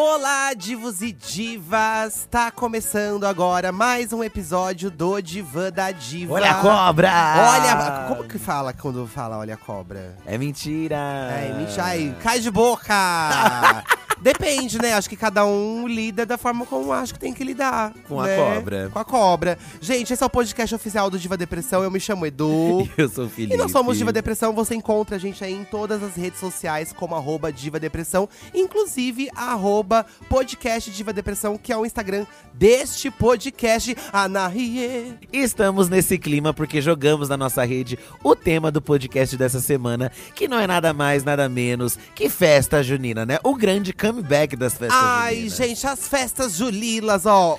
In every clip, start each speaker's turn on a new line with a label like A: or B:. A: Olá, divos e divas! Tá começando agora mais um episódio do Divã da Diva.
B: Olha a cobra!
A: Olha, como que fala quando fala olha a cobra? É,
B: É mentira! Ah.
A: Ai, mentira. Ai, cai de boca! Depende, né? Acho que cada um lida da forma como acho que tem que lidar.
B: Com a
A: né?
B: cobra.
A: Com a cobra. Gente, esse é o podcast oficial do Diva Depressão. Eu me chamo Edu.
B: Eu sou o Felipe.
A: E nós somos Diva Depressão, você encontra a gente aí em todas as redes sociais como arroba Diva Depressão, inclusive arroba podcast Diva Depressão, que é o Instagram deste podcast, Anahie.
B: Estamos nesse clima porque jogamos na nossa rede o tema do podcast dessa semana, que não é nada mais, nada menos que festa junina, né? O grande comeback das festas
A: Ai,
B: juninas.
A: gente, as festas julilas, ó.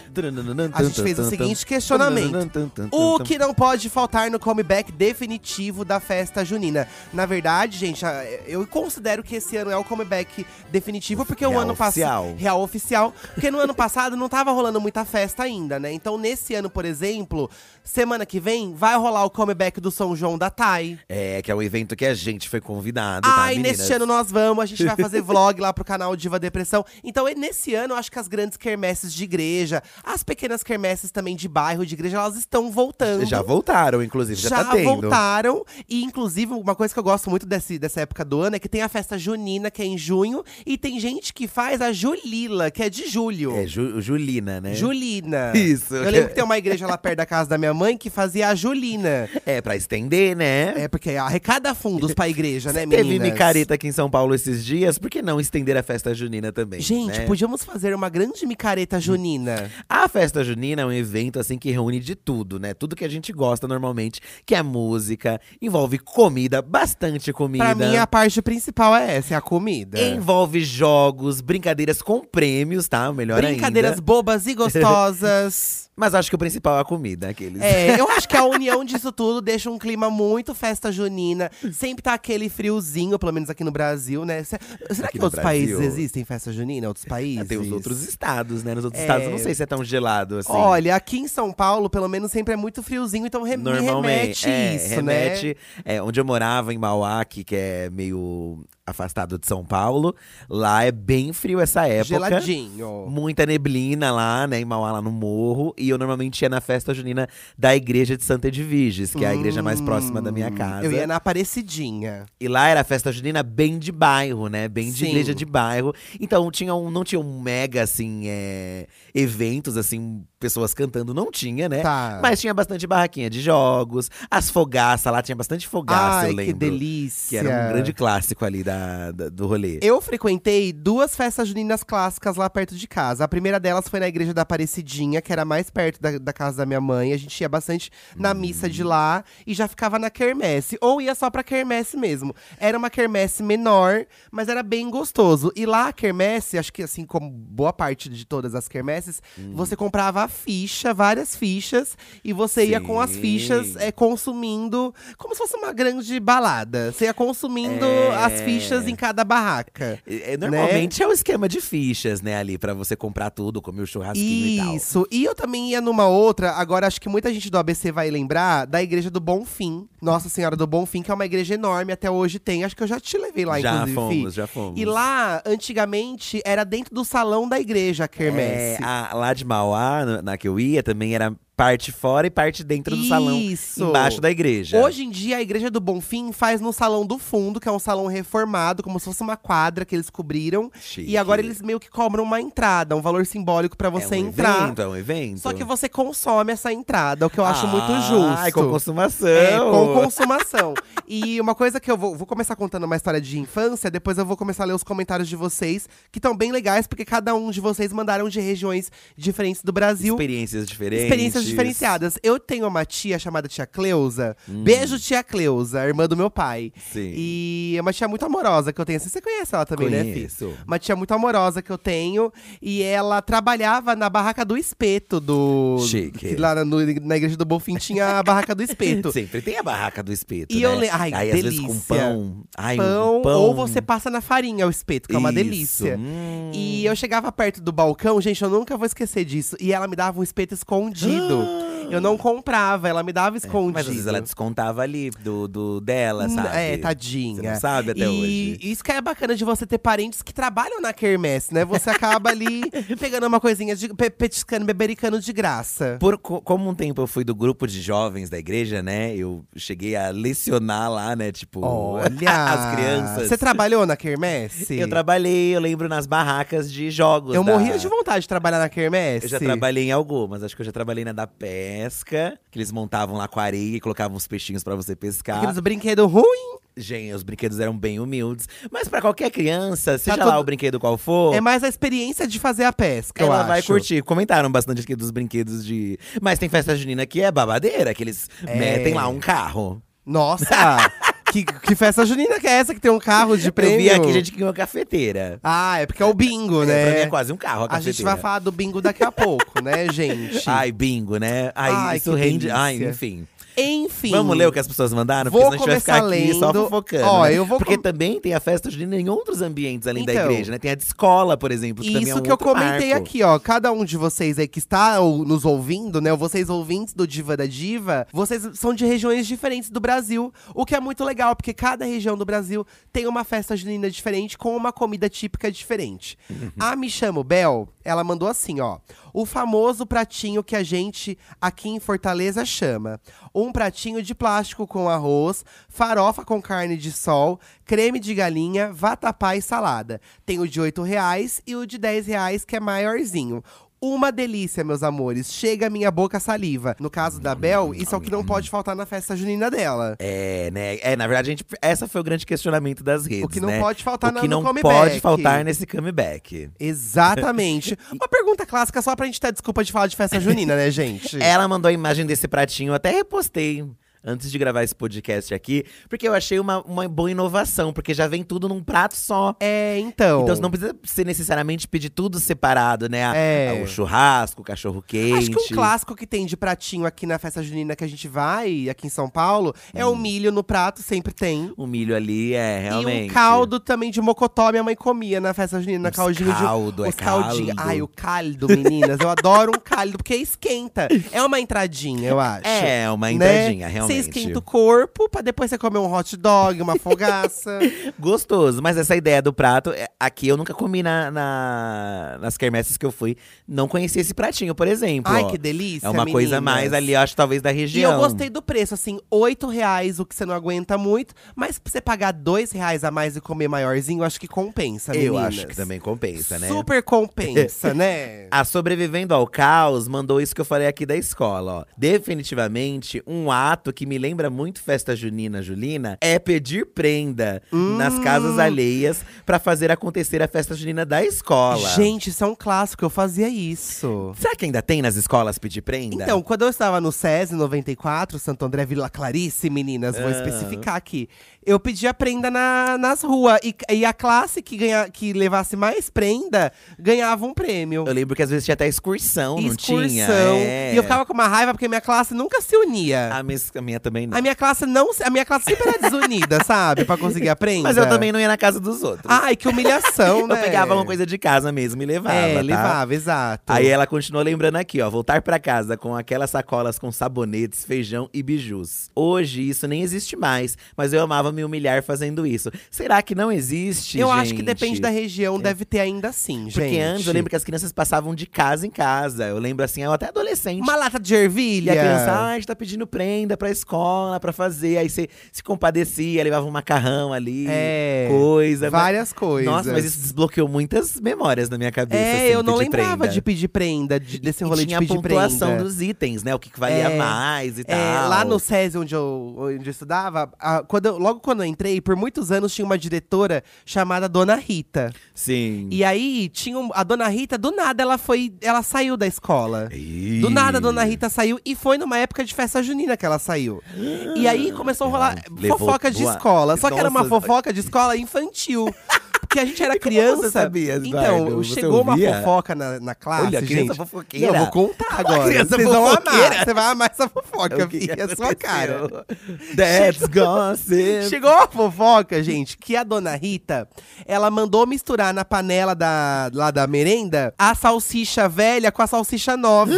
A: A gente fez o seguinte questionamento. O que não pode faltar no comeback definitivo da festa junina. Na verdade, gente, a- eu considero que esse ano é o comeback definitivo, porque o
B: Real
A: ano
B: oficial.
A: passado. Real oficial. Porque no ano passado não tava rolando muita festa ainda, né? Então, nesse ano, por exemplo, semana que vem vai rolar o comeback do São João da Thay.
B: É, que é um evento que a gente foi convidado, tá,
A: Ai,
B: meninas?
A: neste ano nós vamos, a gente vai fazer vlog lá pro canal Diva Depressão. Então, e- nesse ano, eu acho que as grandes quermesses de igreja, as pequenas quermesses também de bairro, de igreja, elas estão voltando
B: Já voltaram, inclusive, já,
A: já
B: tá tendo.
A: voltaram. E, inclusive, uma coisa que eu gosto muito desse, dessa época do ano é que tem a festa junina, que é em junho, e tem gente que faz a Julila, que é de julho.
B: É, Ju- Julina, né?
A: Julina.
B: Isso.
A: Eu lembro que tem uma igreja lá perto da casa da minha mãe que fazia a Julina.
B: É, pra estender, né?
A: É, porque arrecada fundos pra igreja, né, meninas?
B: É, Teve micareta aqui em São Paulo esses dias, por que não estender a festa junina também?
A: Gente,
B: né?
A: podíamos fazer uma grande micareta junina.
B: A festa junina é um evento assim que reúne de tudo, né? Tudo que a gente gosta normalmente, que é música, envolve comida, bastante comida.
A: Pra mim, a parte principal é essa, é a comida.
B: Envolve jogos, brincadeiras com prêmios, tá? Melhor
A: Brincadeiras
B: ainda.
A: bobas e gostosas.
B: Mas acho que o principal é a comida, aqueles.
A: É, eu acho que a união disso tudo deixa um clima muito festa junina. Sempre tá aquele friozinho, pelo menos aqui no Brasil, né? Se- Será
B: Aqui
A: que
B: no
A: outros
B: Brasil. É,
A: países existem festa junina? Outros países?
B: Tem os outros estados, né? Nos outros
A: É.
B: estados eu não sei se é tão gelado assim.
A: Olha, aqui em São Paulo, pelo menos, sempre é muito friozinho, então re- me
B: Normalmente,
A: remete
B: é,
A: isso,
B: remete,
A: né?
B: é, onde eu morava, em Mauá, que, que é meio afastado de São Paulo, lá é bem frio essa época.
A: Geladinho.
B: Muita neblina lá, né, em Mauá, lá no morro. E eu normalmente ia na festa junina da igreja de Santa Edviges, que é a igreja mais próxima da minha
A: Hum,
B: casa.
A: Eu ia na Aparecidinha.
B: E lá era festa junina bem de bairro, né? Bem de
A: Sim.
B: igreja de bairro. Então tinha um, não tinha um mega, assim, é, eventos, assim, pessoas cantando, não tinha, né?
A: Tá.
B: Mas tinha bastante barraquinha de jogos, as fogaças lá, tinha bastante fogaça,
A: Ai,
B: eu
A: que
B: lembro.
A: delícia.
B: Que era um grande clássico ali da, da- do rolê.
A: Eu frequentei duas festas juninas clássicas lá perto de casa. A primeira delas foi na igreja da Aparecidinha, que era mais perto da, da casa da minha mãe. A gente ia bastante na missa
B: Hum.
A: de lá e já ficava na quermesse. Ou ia só pra quermesse mesmo. Era uma quermesse menor, mas era bem gostoso. E lá a quermesse, acho que assim como boa parte de todas as quermesses,
B: Hum.
A: você comprava a ficha, várias fichas, e você ia com as
B: Sim.
A: fichas é, consumindo, como se fosse uma grande balada. Você ia consumindo
B: É.
A: as fichas em cada barraca.
B: É, é,
A: né?
B: normalmente é o esquema de fichas, né, ali, pra você comprar tudo, comer o churrasquinho e tal.
A: Isso. E eu também ia numa outra, agora acho que muita gente do ABC vai lembrar, da Igreja do Bonfim. Nossa Senhora do Bonfim, que é uma igreja enorme, até hoje tem. Acho que eu já te levei lá,
B: já
A: inclusive. Fi.
B: fomos, já fomos.
A: E lá, antigamente, era dentro do salão da igreja a
B: É,
A: quermesse.
B: a- lá de Mauá, na, na que eu ia, também era parte fora e parte dentro do salão,
A: Isso.
B: embaixo da igreja.
A: Hoje em dia, a Igreja do Bonfim faz no Salão do Fundo, que é um salão reformado, como se fosse uma quadra que eles cobriram.
B: Chique.
A: E agora eles meio que cobram uma entrada, um valor simbólico pra você
B: é um
A: entrar.
B: Evento, é um evento.
A: Só que você consome essa entrada, o que eu acho muito justo.
B: Ai, com consumação.
A: É, com consumação. e uma coisa que eu vou, vou começar contando uma história de infância, depois eu vou começar a ler os comentários de vocês, que estão bem legais, porque cada um de vocês mandaram de regiões diferentes do Brasil.
B: Experiências diferentes.
A: Experiências diferenciadas. Eu tenho uma tia chamada Tia Cleusa. Beijo, Tia Cleusa, irmã do meu pai.
B: Hum. Sim.
A: E é uma tia muito amorosa que eu tenho. assim. Você conhece ela também, né, Fih?
B: Conheço.
A: Uma tia muito amorosa que eu tenho. E ela trabalhava na barraca do espeto do.
B: Chique.
A: Lá na, no- na igreja do Bonfim tinha a barraca do espeto.
B: Sempre tem a barraca do espeto,
A: E
B: né?
A: eu le- ai,
B: Aí, às vezes, com
A: delícia.
B: pão. Ai,
A: Pão,
B: um pão.
A: ou você passa na farinha o espeto, que é uma
B: Isso,
A: delícia.
B: hum.
A: E eu chegava perto do balcão, gente, eu nunca vou esquecer disso. E ela me dava um espeto escondido. Eu não comprava, ela me dava escondido.
B: Ah. É, Mas às vezes ela descontava ali do, do dela,
A: N-
B: sabe?
A: É,
B: Você
A: tadinha.
B: não sabe até
A: e
B: hoje.
A: isso que é bacana de você ter parentes que trabalham na quermesse, né? Você acaba ali pegando uma coisinha, de, pe- petiscando, bebericando de graça.
B: Por, co- como um tempo eu fui do grupo de jovens da igreja, né? Eu cheguei a lecionar lá, né? Tipo, as crianças.
A: Você tá trabalhou na quermesse?
B: Eu trabalhei, eu lembro, nas barracas de jogos.
A: Eu
B: da-
A: morria de vontade de trabalhar na quermesse.
B: Eu já trabalhei em algumas, acho que eu já trabalhei na da pesca, que eles montavam lá com areia e colocavam os peixinhos pra você pescar.
A: Aqueles brinquedos ruins.
B: Gente, os brinquedos eram bem humildes. Mas pra qualquer criança, seja
A: todo-
B: lá o brinquedo qual for,
A: É mais a experiência de fazer a pesca, eu
B: ela
A: acho.
B: vai curtir. Comentaram bastante aqui dos brinquedos de. Mas tem festa junina que é babadeira, que eles
A: É.
B: metem lá um carro.
A: Nossa! que, que festa junina que é essa que tem um carro de prêmio?
B: Eu vi aqui gente que ganhou cafeteira.
A: Ah, é porque é o bingo,
B: É, pra mim
A: né?
B: é quase um carro a
A: A
B: cafeteira.
A: gente vai falar do bingo daqui a pouco, né, gente?
B: Ai, bingo, né? Ai,
A: Ai,
B: isso
A: que
B: rende.
A: delícia.
B: Ai, enfim.
A: Enfim.
B: Vamos ler o que as pessoas mandaram?
A: Vou
B: porque senão a gente vai ficar
A: começar
B: aqui só
A: lendo.
B: fofocando.
A: Ó,
B: né?
A: eu vou
B: porque
A: com-
B: também tem a festa junina em outros ambientes além da
A: Então.
B: igreja, né? Tem a de escola, por exemplo, que também é
A: Isso
B: um
A: que eu
B: outro
A: comentei
B: marco.
A: aqui, ó. Cada um de vocês aí que está ou, nos ouvindo, né? ou Vocês ouvintes do Diva da Diva, vocês são de regiões diferentes do Brasil. O que é muito legal, porque cada região do Brasil tem uma festa junina diferente com uma comida típica diferente.
B: Uhum.
A: a Me Chamo Bel, ela mandou assim, ó. O famoso pratinho que a gente aqui em Fortaleza chama. Um pratinho de plástico com arroz, farofa com carne de sol, creme de galinha, vatapá e salada. Tem o de R$ 8 reais e o de R$ 10 reais, que é maiorzinho. Uma delícia, meus amores. Chega a minha boca saliva. No caso da Bel, isso é o que não pode faltar na festa junina dela.
B: É, né? É, na verdade, a gente, essa foi o grande questionamento das redes.
A: O que não
B: né?
A: pode faltar
B: o
A: na-
B: que
A: no
B: não
A: comeback.
B: pode faltar nesse comeback.
A: Exatamente. Uma pergunta clássica só pra gente ter desculpa de falar de festa junina, né, gente?
B: Ela mandou a imagem desse pratinho, eu até repostei antes de gravar esse podcast aqui, porque eu achei uma, uma boa inovação, porque já vem tudo num prato só.
A: É, então.
B: Então você não precisa ser necessariamente pedir tudo separado, né? A-
A: É.
B: a- o churrasco, o cachorro quente.
A: Acho que um clássico que tem de pratinho aqui na festa junina que a gente vai, aqui em São Paulo, é
B: Hum.
A: o milho no prato, sempre tem.
B: O milho ali é realmente.
A: E um caldo também de mocotó, minha mãe comia na festa junina,
B: Uns
A: caldinho de…
B: caldo, é
A: os caldinho.
B: caldo.
A: Ai, o caldo, meninas. eu adoro um caldo, porque esquenta. É uma entradinha, eu acho.
B: É, uma
A: né?
B: entradinha, realmente.
A: Você esquenta o corpo, pra depois você comer um hot dog, uma fogaça.
B: Gostoso, mas essa ideia do prato, é- aqui eu nunca comi na, na- nas quermesses que eu fui. Não conheci esse pratinho, por exemplo.
A: Ai,
B: ó.
A: que delícia,
B: É uma coisa
A: meninas.
B: mais ali, eu acho, talvez da
A: E
B: região.
A: eu gostei do preço, assim, 8 reais, o que você não aguenta muito. Mas pra você pagar 2 reais a mais e comer maiorzinho, eu acho que compensa,
B: Eu
A: meninas.
B: acho que também compensa, né?
A: Super compensa, né?
B: A Sobrevivendo ao Caos mandou isso que eu falei aqui da escola, ó. Definitivamente, um ato que me lembra muito festa junina, Julina, é pedir prenda nas
A: Hum.
B: casas alheias pra fazer acontecer a festa junina da escola.
A: Gente, isso é um clássico, eu fazia isso.
B: Será que ainda tem nas escolas pedir prenda?
A: Então, quando eu estava no SESI 94, Santo André Vila Clarice, meninas, vou
B: Ah.
A: especificar aqui. Eu pedia prenda na- nas ruas. E, e a classe que, ganha, que levasse mais prenda ganhava um prêmio.
B: Eu lembro que às vezes tinha até excursão, não tinha?
A: Excursão.
B: É.
A: E eu ficava com uma raiva porque minha classe nunca se unia.
B: A minha, a minha também não.
A: A minha classe não, se- a minha classe sempre era desunida, sabe? Pra conseguir aprender.
B: Mas eu também não ia na casa dos outros.
A: Ai, que humilhação, né?
B: eu pegava uma coisa de casa mesmo e levava,
A: É,
B: tá?
A: levava, exato.
B: Aí é ela continuou lembrando aqui, ó. Voltar pra casa com aquelas sacolas com sabonetes, feijão e bijus. Hoje isso nem existe mais, mas eu amava me humilhar fazendo isso. Será que não existe?
A: eu acho que
B: assim, gente?
A: depende da região, deve ter ainda assim, gente.
B: Porque antes eu lembro que as crianças passavam de casa em casa. Eu lembro assim, eu até adolescente.
A: Uma lata de
B: E
A: ervilha.
B: a criança, ah, a gente tá pedindo prenda pra escola, pra fazer. Aí você se compadecia, levava um macarrão ali,
A: É,
B: coisa. mas-
A: Várias coisas.
B: Nossa, mas isso desbloqueou muitas memórias na minha cabeça.
A: É,
B: assim,
A: eu não
B: pedir
A: lembrava
B: prenda.
A: de pedir prenda, de- desse
B: E
A: rolê
B: tinha
A: tipo, de pedir
B: a pontuação
A: prenda.
B: dos itens, né? O que, que valia
A: É,
B: mais e tal.
A: É, lá no SESI, onde eu, onde eu estudava, a- quando eu- logo quando eu entrei, por muitos anos tinha uma diretora chamada Dona Rita.
B: Sim.
A: E aí, tinha um- a Dona Rita, do nada, ela foi. Ela saiu da escola.
B: Ih.
A: Do nada, a Dona Rita saiu e foi numa época de festa junina que ela saiu. E aí começou a rolar
B: Ah, levou
A: fofoca de
B: boa-
A: escola. Só que era uma
B: Nossa.
A: fofoca de escola infantil. Porque a gente era
B: E como
A: criança.
B: você sabia, Eduardo?
A: então,
B: Você
A: chegou uma
B: ouvia?
A: fofoca na, na classe,
B: Olha, criança
A: gente.
B: fofoqueira.
A: Não, eu vou contar agora.
B: criança
A: Vocês vão amar.
B: fofoqueira.
A: Você vai amar essa fofoca,
B: O que
A: Fih,
B: que
A: é a sua cara.
B: aconteceu? That's gossip.
A: Chegou a fofoca, gente, que a dona Rita, ela mandou misturar na
B: Ah.
A: panela da, lá da merenda a salsicha velha com a salsicha nova.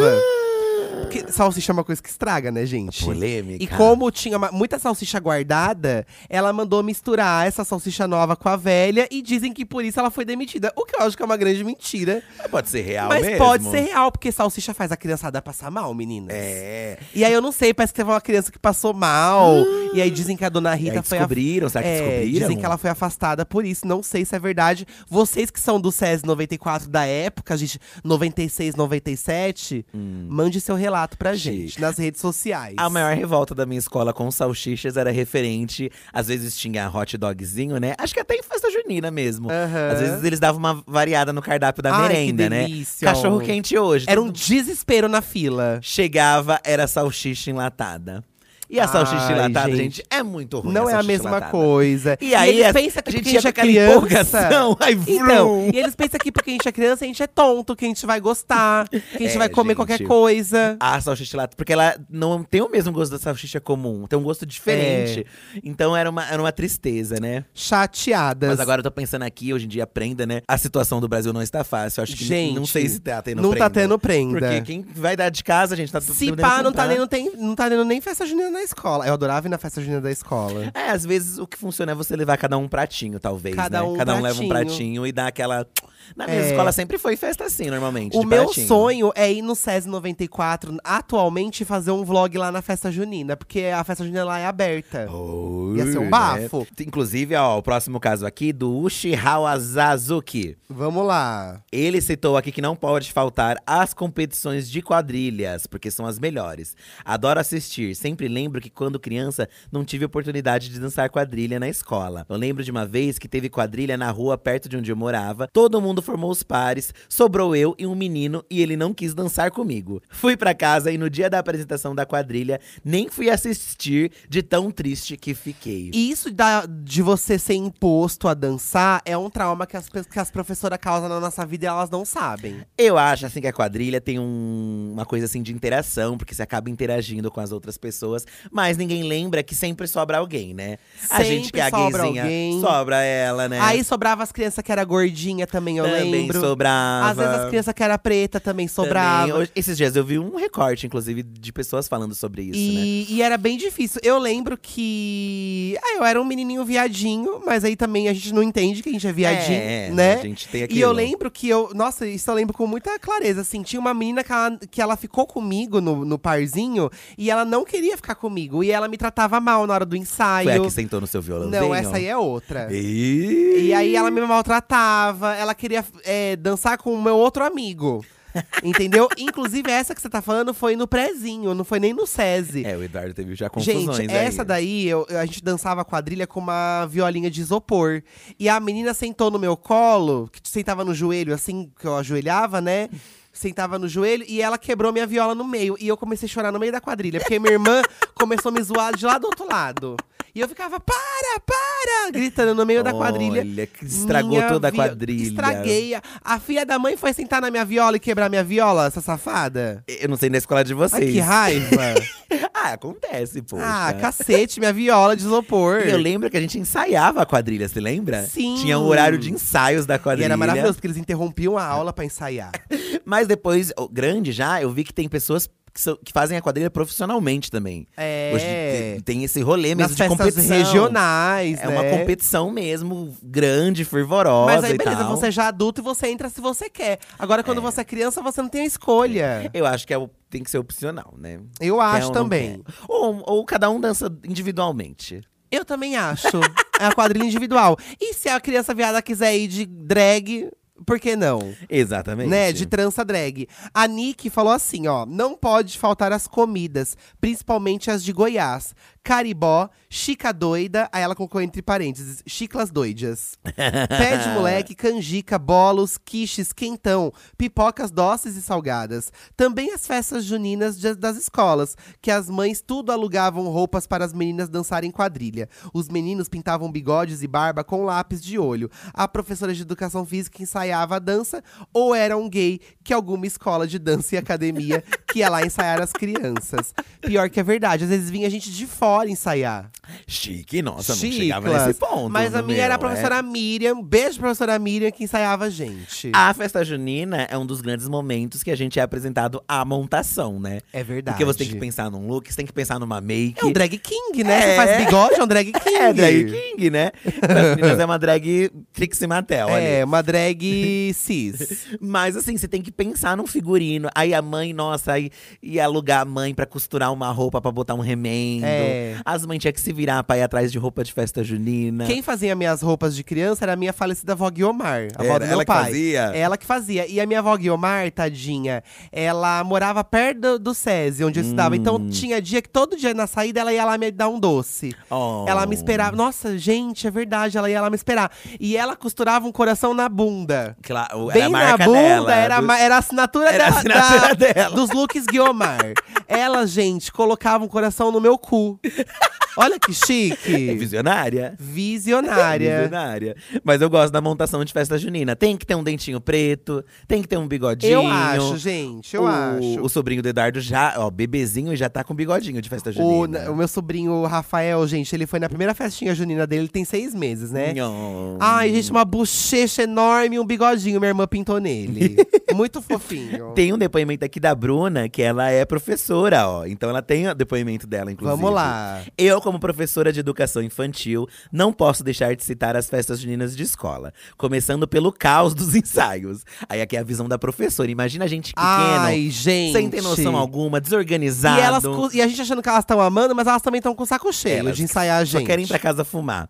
A: Porque salsicha é uma coisa que estraga, né, gente?
B: Polêmica.
A: E como tinha uma- muita salsicha guardada, ela mandou misturar essa salsicha nova com a velha e dizem que por isso ela foi demitida. O que eu acho que é uma grande mentira.
B: Pode ser real
A: mas
B: É mesmo?
A: pode ser real, porque salsicha faz a criançada passar mal, meninas.
B: É.
A: E aí eu não sei, parece que teve uma criança que passou mal. e aí dizem que a dona
B: Ah. E aí
A: Rita foi a
B: descobriram, será Tá que
A: é,
B: descobriram?
A: Dizem que ela foi afastada por isso, não sei se é verdade. Vocês que são do SES 94 da época, gente, 96, 97, mande seu relato pra
B: Chique.
A: gente nas redes sociais.
B: Hum. A maior revolta da minha escola com salsichas era referente. Às vezes tinha hot dogzinho, né? Acho que até em festa junina mesmo.
A: Aham.
B: Às vezes eles davam uma variada no cardápio da
A: Ai, que
B: merenda, né?
A: delícia.
B: Cachorro quente hoje.
A: Era
B: todo
A: um desespero na fila.
B: chegava, era salsicha enlatada. E a
A: Ai,
B: salsicha enlatada,
A: gente.
B: gente. é muito ruim.
A: não é a
B: salsicha
A: mesma
B: enlatada.
A: coisa.
B: E aí,
A: eles
B: a-
A: pensam
B: a
A: que
B: gente
A: porque a
B: ia
A: gente é
B: com aquela empolgação,
A: criança.
B: aí,
A: então,
B: vrum.
A: e eles pensam que porque a gente é criança, a gente é tonto, que a gente vai gostar, que a gente
B: É,
A: vai comer
B: gente.
A: qualquer coisa.
B: A salsicha enlatada, porque ela não tem o mesmo gosto da salsicha comum, tem um gosto diferente.
A: É.
B: Então era uma, era uma tristeza, né?
A: Chateadas.
B: Mas agora eu tô pensando aqui, hoje em dia, prenda, né? A situação do Brasil não está fácil. Acho que
A: Gente,
B: não sei se tá tendo
A: não
B: prenda.
A: tá tendo prenda.
B: Porque quem vai dar de casa, gente, tá
A: Se
B: tendo que
A: pá, não tá,
B: comprar.
A: nem, não, tem, não tá tendo nem festa junina na escola. Eu adorava ir na festa junina da escola.
B: É, às vezes o que funciona é você levar cada um um pratinho, talvez,
A: Cada
B: né?
A: um um
B: cada um leva um
A: pratinho.
B: pratinho e dá aquela. Na minha
A: É.
B: escola sempre foi festa assim, normalmente.
A: O
B: de
A: meu
B: pratinho.
A: sonho é ir no SESI 94, atualmente, e fazer um vlog lá na festa junina. Porque a festa junina lá é aberta.
B: Oh,
A: Ia ser um
B: né?
A: bafo.
B: Inclusive, ó, o próximo caso aqui do Ushihawa Azazuki.
A: Vamos lá.
B: Ele citou aqui que não pode faltar as competições de quadrilhas, porque são as melhores. Adoro assistir. Sempre lembro que quando criança não tive oportunidade de dançar quadrilha na escola. Eu lembro de uma vez que teve quadrilha na rua perto de onde eu morava. Todo mundo formou os pares, sobrou eu e um menino e ele não quis dançar comigo. Fui pra casa e no dia da apresentação da quadrilha nem fui assistir de tão triste que fiquei.
A: E isso da- de você ser imposto a dançar é um trauma que as, pe- que as professoras causam na nossa vida e elas não sabem.
B: Eu acho assim que a quadrilha tem um- uma coisa assim de interação, porque você acaba interagindo com as outras pessoas, mas ninguém lembra que sempre sobra alguém, né? a gente que é a
A: Sempre sobra
B: gayzinha,
A: alguém.
B: sobra ela, né?
A: Aí sobrava as crianças que era gordinha também, eu
B: Também
A: lembro.
B: sobrava.
A: Às vezes as crianças que era preta também sobrava.
B: Também. Hoje- esses dias eu vi um recorte, inclusive, de pessoas falando sobre isso, né?
A: e, e era bem difícil. Eu lembro que. Ah, eu era um menininho viadinho, mas aí também a gente não entende que a gente é viadinho,
B: É,
A: né?
B: A gente tem aquilo.
A: E eu lembro que eu. Nossa, isso eu lembro com muita clareza. Assim, tinha uma menina que ela, que ela ficou comigo no, no parzinho e ela não queria ficar comigo. E ela me tratava mal na hora do ensaio.
B: Foi a que sentou no seu violãozinho?
A: não, essa aí é outra.
B: E,
A: E aí ela me maltratava, ela queria é, dançar com o meu outro amigo. Entendeu? Inclusive, essa que você tá falando foi no prézinho, não foi nem no SESI.
B: É, o Eduardo teve já confusões é
A: Gente,
B: aí.
A: essa daí, eu- eu- a gente dançava quadrilha com uma violinha de isopor. E a menina sentou no meu colo, que sentava no joelho, assim, que eu ajoelhava, né? Sentava no joelho e ela quebrou minha viola no meio. E eu comecei a chorar no meio da quadrilha, porque minha irmã começou a me zoar de lá do outro lado. E eu ficava, para, para! Gritando no meio é da quadrilha.
B: Olha, que estragou
A: Minha
B: toda a
A: vi-
B: quadrilha.
A: Estraguei. A- A filha da mãe foi sentar na minha viola e quebrar minha viola, essa safada.
B: Eu não sei na escola de vocês.
A: Ai, que raiva.
B: ah, acontece, poxa.
A: ah, cacete, minha viola de isopor.
B: E Eu lembro que a gente ensaiava a quadrilha, você lembra?
A: Sim.
B: Tinha um horário de ensaios da
A: E
B: quadrilha.
A: era maravilhoso, porque eles interrompiam a aula pra ensaiar.
B: Mas depois, o- grande já, eu vi que tem pessoas que, são- que fazem a quadrilha profissionalmente também.
A: É.
B: Hoje te- tem esse rolê mesmo
A: Nas
B: de
A: festas
B: competição.
A: regionais,
B: É
A: né?
B: uma competição mesmo, grande, fervorosa
A: Mas aí,
B: e
A: beleza,
B: tal.
A: você já é adulto e você entra se você quer. Agora, quando você é criança, você não tem a escolha.
B: Eu acho que é o- tem que ser opcional, né?
A: Eu
B: Quer
A: acho
B: ou não
A: também.
B: quer. Ou, ou cada um dança individualmente.
A: Eu também acho. é a quadrilha individual. E se a criança viada quiser ir de drag, por que não?
B: Exatamente.
A: Né, de trança drag. A Nick falou assim, ó. Não pode faltar as comidas, principalmente as de Goiás. Caribó, chica doida. Aí ela colocou entre parênteses, chiclas doidas. Pé de moleque, canjica, bolos, quiches, quentão, pipocas doces e salgadas. Também as festas juninas de- das escolas, que as mães tudo alugavam roupas para as meninas dançarem quadrilha. Os meninos pintavam bigodes e barba com lápis de olho. A professora de educação física ensaiava a dança, ou era um gay que alguma escola de dança e academia que ia lá ensaiar as crianças. Pior que é verdade, às vezes vinha gente de hora ensaiar.
B: Chique, nossa,
A: Chiclas.
B: não chegava nesse ponto.
A: Mas a minha
B: meu,
A: era
B: é.
A: a professora Miriam. Beijo, professora Miriam, que ensaiava a gente.
B: A festa junina é um dos grandes momentos que a gente é apresentado à montação, né?
A: É verdade.
B: Porque você tem que pensar num look, você tem que pensar numa make.
A: É um drag king, né?
B: É.
A: Você faz bigode, é um drag king.
B: É, drag king, né? Pras meninas é uma drag Trixie Mattel,
A: É,
B: olha.
A: uma drag cis.
B: Mas assim, você tem que pensar num figurino. Aí a mãe, nossa, aí ia alugar a mãe pra costurar uma roupa, pra botar um remendo.
A: É.
B: As mães tinham que se virar pra ir atrás de roupa de festa junina.
A: Quem fazia minhas roupas de criança era a minha falecida avó Guiomar, a avó
B: Era
A: do meu
B: ela que
A: pai.
B: fazia?
A: Ela que fazia. E a minha avó Guiomar, tadinha, ela morava perto do, do SESI, onde eu estudava.
B: Hum.
A: Então tinha dia que todo dia na saída ela ia lá me dar um doce.
B: Oh.
A: Ela me esperava. Nossa, gente, é verdade, ela ia lá me esperar. E ela costurava um coração na bunda.
B: Claro, era
A: Bem
B: a
A: na
B: marca
A: bunda,
B: dela,
A: era, a
B: do-
A: ma- era a assinatura,
B: Era a
A: dela,
B: assinatura
A: da-
B: dela.
A: Dos looks Guiomar. ela, gente, colocava um coração no meu cu. Olha que
B: É
A: chique.
B: visionária.
A: Visionária.
B: Visionária. Mas eu gosto da montação de festa junina. Tem que ter um dentinho preto, tem que ter um bigodinho.
A: Eu acho, gente, eu
B: o,
A: acho.
B: O sobrinho do Eduardo já, ó, bebezinho e já tá com bigodinho de festa
A: O,
B: junina.
A: o meu sobrinho o Rafael, gente, ele foi na primeira festinha junina dele, ele tem seis meses, né?
B: Nham.
A: Ai, gente, uma bochecha enorme e um bigodinho, minha irmã pintou nele. Muito fofinho.
B: Tem um depoimento aqui da Bruna, que ela é professora, ó. Então ela tem o depoimento dela, inclusive.
A: Vamos lá.
B: Eu, como professora de educação infantil, não posso deixar de citar as festas juninas de escola. Começando pelo caos dos ensaios. Aí aqui é a visão da professora. Imagina a gente pequeno,
A: Ai, gente.
B: sem ter noção alguma, desorganizado.
A: E, elas, cu- e a gente achando que elas estão amando, mas elas também estão com o saco cheio
B: Elas
A: de ensaiar a
B: só
A: gente.
B: querem ir pra casa fumar.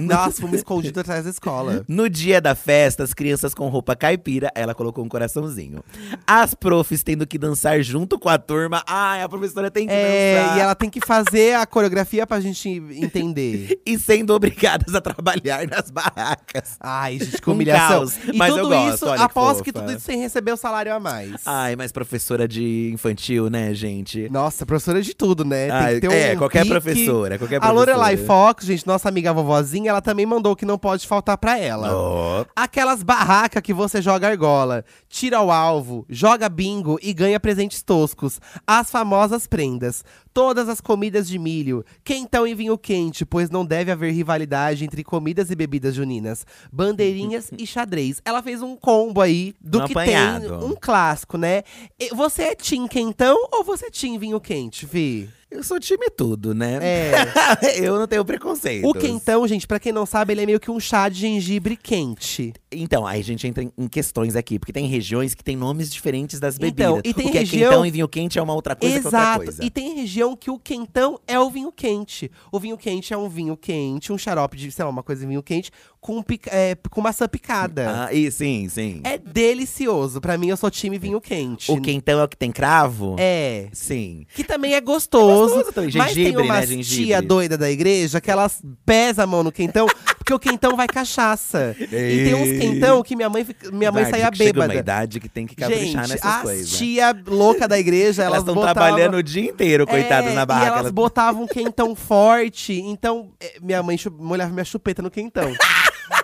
A: Nós fomos escondidos atrás da escola.
B: No dia da festa, as crianças com roupa caipira, ela colocou um coraçãozinho. As profs tendo que dançar junto com a turma. Ai, a professora tem que
A: É,
B: dançar.
A: e ela tem que fazer a coreografia pra gente entender.
B: E sendo obrigadas a trabalhar nas barracas.
A: Ai, gente, que
B: Um
A: humilhação.
B: caos,
A: e
B: mas eu
A: tudo
B: gosto,
A: isso,
B: olha que
A: após que
B: fofa.
A: tudo isso sem receber o salário a mais.
B: Ai, mas professora de infantil, né, gente?
A: Nossa, professora de tudo, né? Tem
B: Ai,
A: que ter um
B: é, qualquer
A: pique.
B: professora, qualquer
A: A
B: professora.
A: Lorelai Fox, gente, nossa amiga vovozinha, ela também mandou o que não pode faltar pra ela.
B: Ó,
A: Aquelas barracas que você joga argola, tira o alvo, joga bingo e ganha presentes toscos. As famosas prendas. Todas as comidas de milho. Quentão e vinho quente, pois não deve haver rivalidade entre comidas e bebidas juninas. Bandeirinhas e xadrez. Ela fez um combo aí do
B: Um
A: que tem.
B: apanhado.
A: Um clássico, né? E Você é Tim Quentão ou você é Tim Vinho Quente, Vi?
B: eu sou time tudo, né?
A: É.
B: eu não tenho preconceito.
A: O quentão, gente, pra quem não sabe, ele é meio que um chá de gengibre quente.
B: Então, aí a gente entra em- em questões aqui, porque tem regiões que tem nomes diferentes das bebidas.
A: Então, e tem
B: o que
A: região-
B: é quentão e vinho quente é uma outra coisa que é outra
A: Exato.
B: coisa.
A: E tem região que o quentão é o vinho quente. O vinho quente é um vinho quente, um xarope de, sei lá, uma coisa de vinho quente com, pica- é, com maçã picada.
B: Ah, e sim, sim.
A: É delicioso. Pra mim, eu sou time vinho quente.
B: O quentão é o que tem cravo?
A: É.
B: Sim.
A: Que também é gostoso.
B: É gostoso também,
A: mas tem
B: gengibre,
A: uma
B: né, gengibre.
A: tia doida da igreja que elas pesam a mão no quentão, porque o quentão vai cachaça. E tem uns quentão que minha mãe, fica- minha mãe
B: Verdade,
A: saía
B: que Chega
A: bêbada.
B: uma idade que tem que caprichar
A: Gente,
B: nessas
A: as
B: coisas.
A: tia louca da igreja, elas
B: Elas estão
A: botavam-
B: trabalhando o dia inteiro, coitadas,
A: É,
B: na barraca.
A: E elas
B: Elas-
A: botavam um quentão forte, então é, minha mãe chu- molhava minha chupeta no quentão.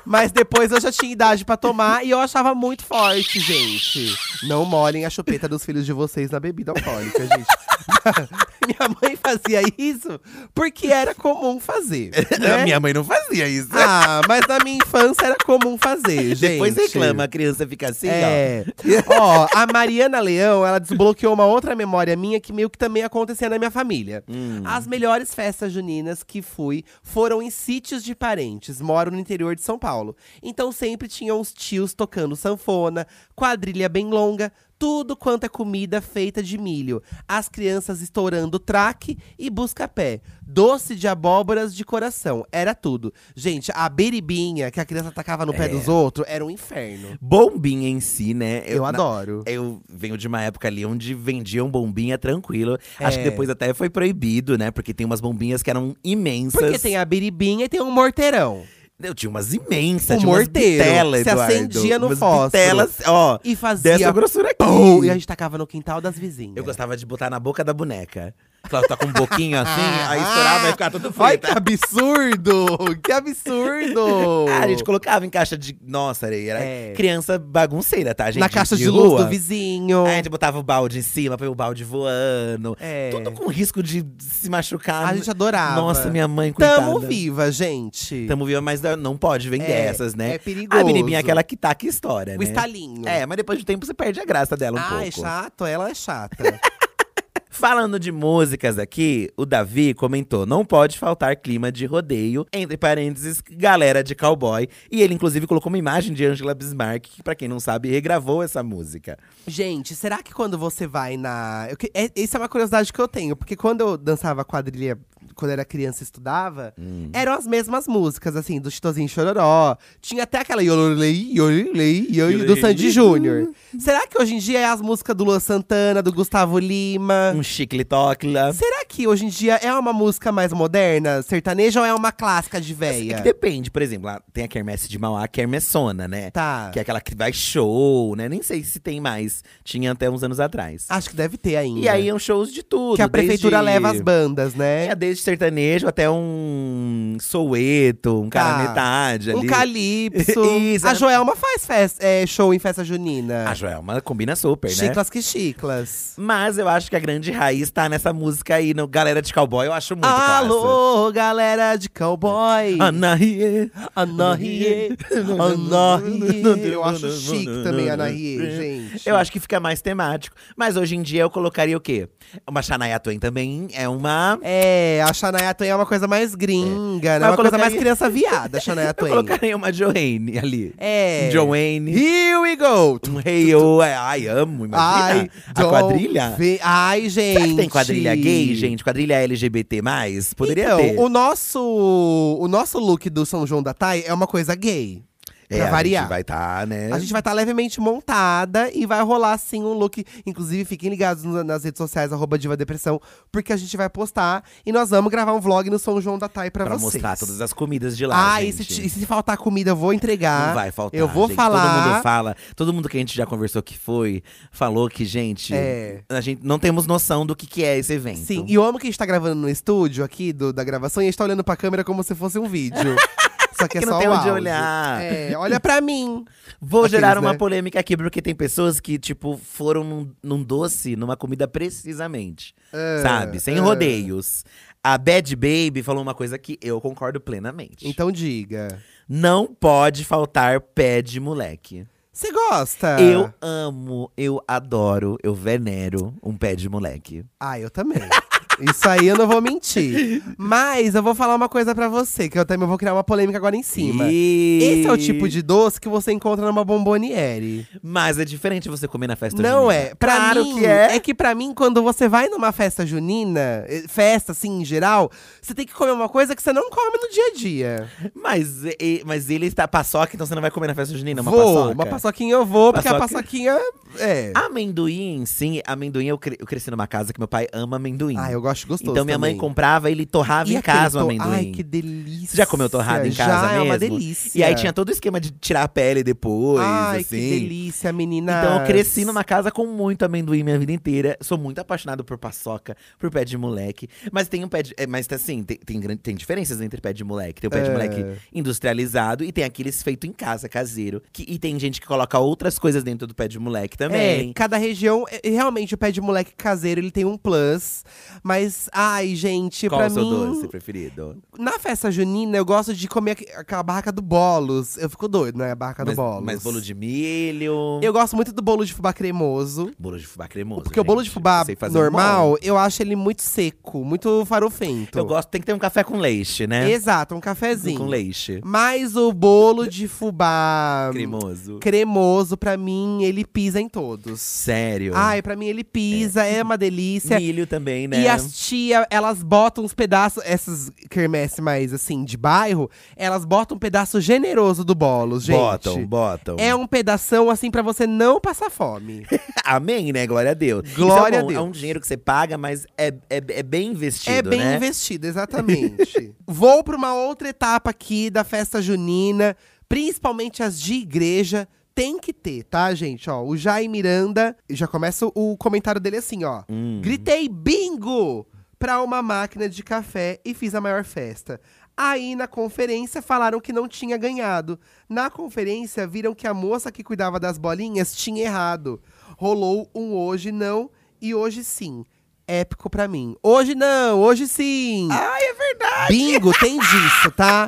A: Mas depois eu já tinha idade pra tomar e eu achava muito forte, gente. Não molhem a chupeta dos filhos de vocês na bebida alcoólica, gente. minha mãe fazia isso porque era comum fazer. né?
B: Minha mãe não fazia isso.
A: Ah, mas na minha infância era comum fazer, gente.
B: Depois reclama, a criança fica assim,
A: É. Ó, a Mariana Leão, ela desbloqueou uma outra memória minha que meio que também acontecia na minha família. As melhores festas juninas que fui foram em sítios de parentes, moro no interior de São Paulo. Então sempre tinham os tios tocando sanfona, quadrilha bem longa, tudo quanto é comida feita de milho. As crianças estourando traque e busca-pé. Doce de abóboras de coração. Era tudo. Gente, a beribinha que a criança tacava no pé dos outros era um inferno.
B: ó. Bombinha em si, né?
A: Eu
B: na-
A: adoro.
B: Eu venho de uma época ali onde vendiam bombinha tranquilo. Acho que
A: É.
B: depois até foi proibido, né? Porque tem umas bombinhas que eram imensas.
A: Porque tem a biribinha e tem um morteirão.
B: Eu tinha umas imensas,
A: O
B: tinha umas
A: morteiro,
B: bitelas,
A: se acendia no
B: umas
A: fósforo.
B: bitelas, ó,
A: E fazia.
B: dessa grossura aqui.
A: pum, e a gente tacava no quintal das vizinhas.
B: Eu gostava de botar na boca da boneca. Ela tá com um boquinho assim, aí estourava e ficava tudo
A: Ai,
B: frita.
A: que absurdo! que absurdo!
B: Ah, a gente colocava em caixa de. Nossa, areia. Era
A: É.
B: criança bagunceira, tá, gente?
A: Na caixa de, luz
B: rua. É,
A: do vizinho.
B: Aí a gente botava o balde em cima, põe o balde voando.
A: É.
B: Tudo com risco de se machucar.
A: A gente adorava.
B: Nossa, minha mãe, coitada.
A: Tamo viva, gente.
B: Tamo viva, mas não pode vender
A: É,
B: essas, né?
A: é perigoso.
B: A biribinha é aquela que tá que história,
A: o
B: né?
A: estalinho.
B: É, mas depois de um tempo você perde a graça dela um
A: ah, é
B: pouco.
A: chato? Ela é chata.
B: Falando de músicas aqui, o Davi comentou: não pode faltar clima de rodeio, entre parênteses, galera de cowboy. E ele, inclusive, colocou uma imagem de Angela Bismarck, que, pra quem não sabe, regravou essa música.
A: Gente, será que quando você vai na. Eu que- é- Essa é uma curiosidade que eu tenho, porque quando eu dançava quadrilha, quando eu era criança e estudava,
B: Hum.
A: eram as mesmas músicas, assim, do Chitozinho Chororó. Tinha até aquela Yololei, Yololei, Yololei, do
B: Yololei.
A: Sandy Júnior. Será que hoje em dia é as músicas do Luan Santana, do Gustavo Lima?
B: Um chicle tocla.
A: Será que hoje em dia é uma música mais moderna, sertaneja, ou é uma clássica de
B: É que
A: véia?
B: depende, por exemplo, lá tem a quermesse de Mauá, a quermessona, né?
A: Tá.
B: Que é aquela que vai show, né? Nem sei se tem mais. Tinha até uns anos atrás.
A: Acho que deve ter ainda.
B: E aí são shows de tudo.
A: Ah, né? que a prefeitura
B: desde-
A: leva as bandas, né?
B: É, desde sertanejo até um soueto, um cara
A: Tá.
B: metade
A: Um
B: ali.
A: calypso.
B: Isso,
A: a
B: é.
A: Joelma faz festa, é, show em festa junina.
B: A Joelma é combina super, né?
A: chiclas que chiclas.
B: Mas eu acho que a grande raiz tá nessa música aí, no Galera de Cowboy, eu acho muito clássico.
A: Alô, galera de cowboy.
B: Anarie.
A: Anahie. Anahie. Eu acho chique também, Anahie, gente.
B: Eu acho que fica mais temático. Mas hoje em dia eu colocaria o quê? Uma Shania Twain também é uma…
A: É, a Shania Twain é uma coisa mais gringa, né?
B: eu
A: Uma coisa mais
B: colocaria-
A: criança viada, a Shania
B: Eu
A: Twain.
B: colocaria uma Joanne ali.
A: É.
B: Joanne.
A: Here we go!
B: Um Hey, oh, é, ai, amo, imagina.
A: Ai,
B: a
A: don't
B: quadrilha.
A: ve- Ai, gente.
B: Será que tem quadrilha gay, gente? Quadrilha LGBT+, poderia
A: então,
B: ter.
A: O nosso, o nosso look do São João da Thay é uma coisa gay.
B: É,
A: pra
B: a
A: variar.
B: gente vai estar, né?
A: A gente vai estar levemente montada e vai rolar sim um look. Inclusive, fiquem ligados na- nas redes sociais, arroba Diva Depressão, porque a gente vai postar e nós vamos gravar um vlog no São João da Thay pra,
B: Pra
A: vocês.
B: mostrar todas as comidas de lá,
A: Ah, e se,
B: gente.
A: ti- e se faltar comida, eu vou entregar.
B: Não vai faltar,
A: Eu vou
B: gente. Todo
A: falar.
B: mundo fala. Todo mundo que a gente já conversou que foi, falou que, gente,
A: É.
B: a gente não temos noção do que, que é esse evento.
A: Sim, e eu amo que a gente tá gravando no estúdio aqui do- da gravação e a gente tá olhando pra câmera como se fosse um vídeo. Só que é
B: Que não
A: só
B: tem
A: o
B: onde
A: áudio.
B: olhar.
A: É, olha pra mim.
B: Vou
A: Aqueles,
B: gerar uma
A: né?
B: polêmica aqui, porque tem pessoas que, tipo, foram num, num doce, numa comida precisamente. sabe? Sem
A: ah.
B: rodeios. A Bad Baby falou uma coisa que eu concordo plenamente.
A: Então diga.
B: Não pode faltar pé de moleque.
A: Você gosta?
B: Eu amo, eu adoro, eu venero um pé de moleque.
A: Ah, eu também. Isso aí eu não vou mentir. Mas eu vou falar uma coisa pra você, que eu também vou criar uma polêmica agora em cima.
B: E-
A: Esse é o tipo de doce que você encontra numa bomboniere.
B: Mas é diferente você comer na festa
A: Não
B: junina.
A: é? Pra
B: claro
A: mim,
B: que é.
A: que pra mim, quando você vai numa festa junina, eh, festa assim em geral, você tem que comer uma coisa que você não come no dia a dia.
B: Mas, e- mas ele está paçoca, então você não vai comer na festa junina uma
A: vou,
B: paçoca?
A: uma paçoquinha eu vou, porque a
B: Paçoca.
A: paçoquinha é.
B: Amendoim, sim. Amendoim, eu, cre- eu cresci numa casa que meu pai ama amendoim.
A: Ah, eu gosto gostoso.
B: então minha mãe
A: também.
B: comprava, ele torrava
A: E
B: em
A: aquele
B: casa o
A: to-
B: amendoim.
A: Ai, que delícia.
B: Você já comeu torrada em casa
A: Já, é uma
B: mesmo?
A: delícia.
B: E aí tinha todo o esquema de tirar a pele depois,
A: Ai,
B: assim.
A: que delícia, menina.
B: Então eu cresci numa casa com muito amendoim minha vida inteira. Sou muito apaixonado por paçoca, por pé de moleque. Mas tem um pé de. é, mas assim, tem, tem, gran- tem diferenças entre pé de moleque. Tem o pé de
A: É.
B: moleque industrializado e tem aqueles feito em casa, caseiro. Que, e tem gente que coloca outras coisas dentro do pé de moleque
A: É,
B: também.
A: cada região, é, realmente o pé de moleque caseiro, ele tem um plus. Mas, ai, gente,
B: Qual
A: pra
B: o seu
A: mim.
B: doce preferido?
A: Na festa junina, eu gosto de comer aqu- aquela barraca do bolos. Eu fico doido, né? A barraca
B: mas,
A: do bolos.
B: mas bolo de milho.
A: Eu gosto muito do bolo de fubá cremoso.
B: Bolo de fubá cremoso.
A: Porque o bolo de
B: gente.
A: fubá
B: Sei fazer um
A: normal, então-
B: bolo.
A: eu acho ele muito seco, muito farofento.
B: Eu gosto, tem que ter um café com leite, né?
A: Exato, um cafezinho.
B: Com leite.
A: Mas o bolo de fubá
B: Cremoso.
A: Hum. cremoso, pra mim, ele pisa em todos.
B: Sério.
A: Ai, pra mim ele pisa, Ah, é, uma delícia.
B: Milho também, né?
A: E as tia, elas botam uns pedaços, essas quermesse mais assim, de bairro, elas botam um pedaço generoso do bolo, gente.
B: Botam, botam.
A: É um pedação assim pra você não passar fome.
B: Amém, né? Glória a Deus.
A: Glória
B: Isso é bom,
A: a Deus.
B: É um dinheiro que você paga, mas é, é, é bem investido,
A: é bem
B: né?
A: investido, exatamente. Vou pra uma outra etapa aqui da festa junina, principalmente as de igreja. Tem que ter, tá, gente? Ó, o Jai Miranda, já começa o comentário dele assim, ó.
B: Hum.
A: Gritei bingo! pra uma máquina de café e fiz a maior festa. Aí, na conferência, falaram que não tinha ganhado. Na conferência, viram que a moça que cuidava das bolinhas tinha errado. Rolou um hoje não e hoje sim. Épico pra mim. Hoje não, hoje sim!
B: Ai, é verdade!
A: Bingo tem disso, tá?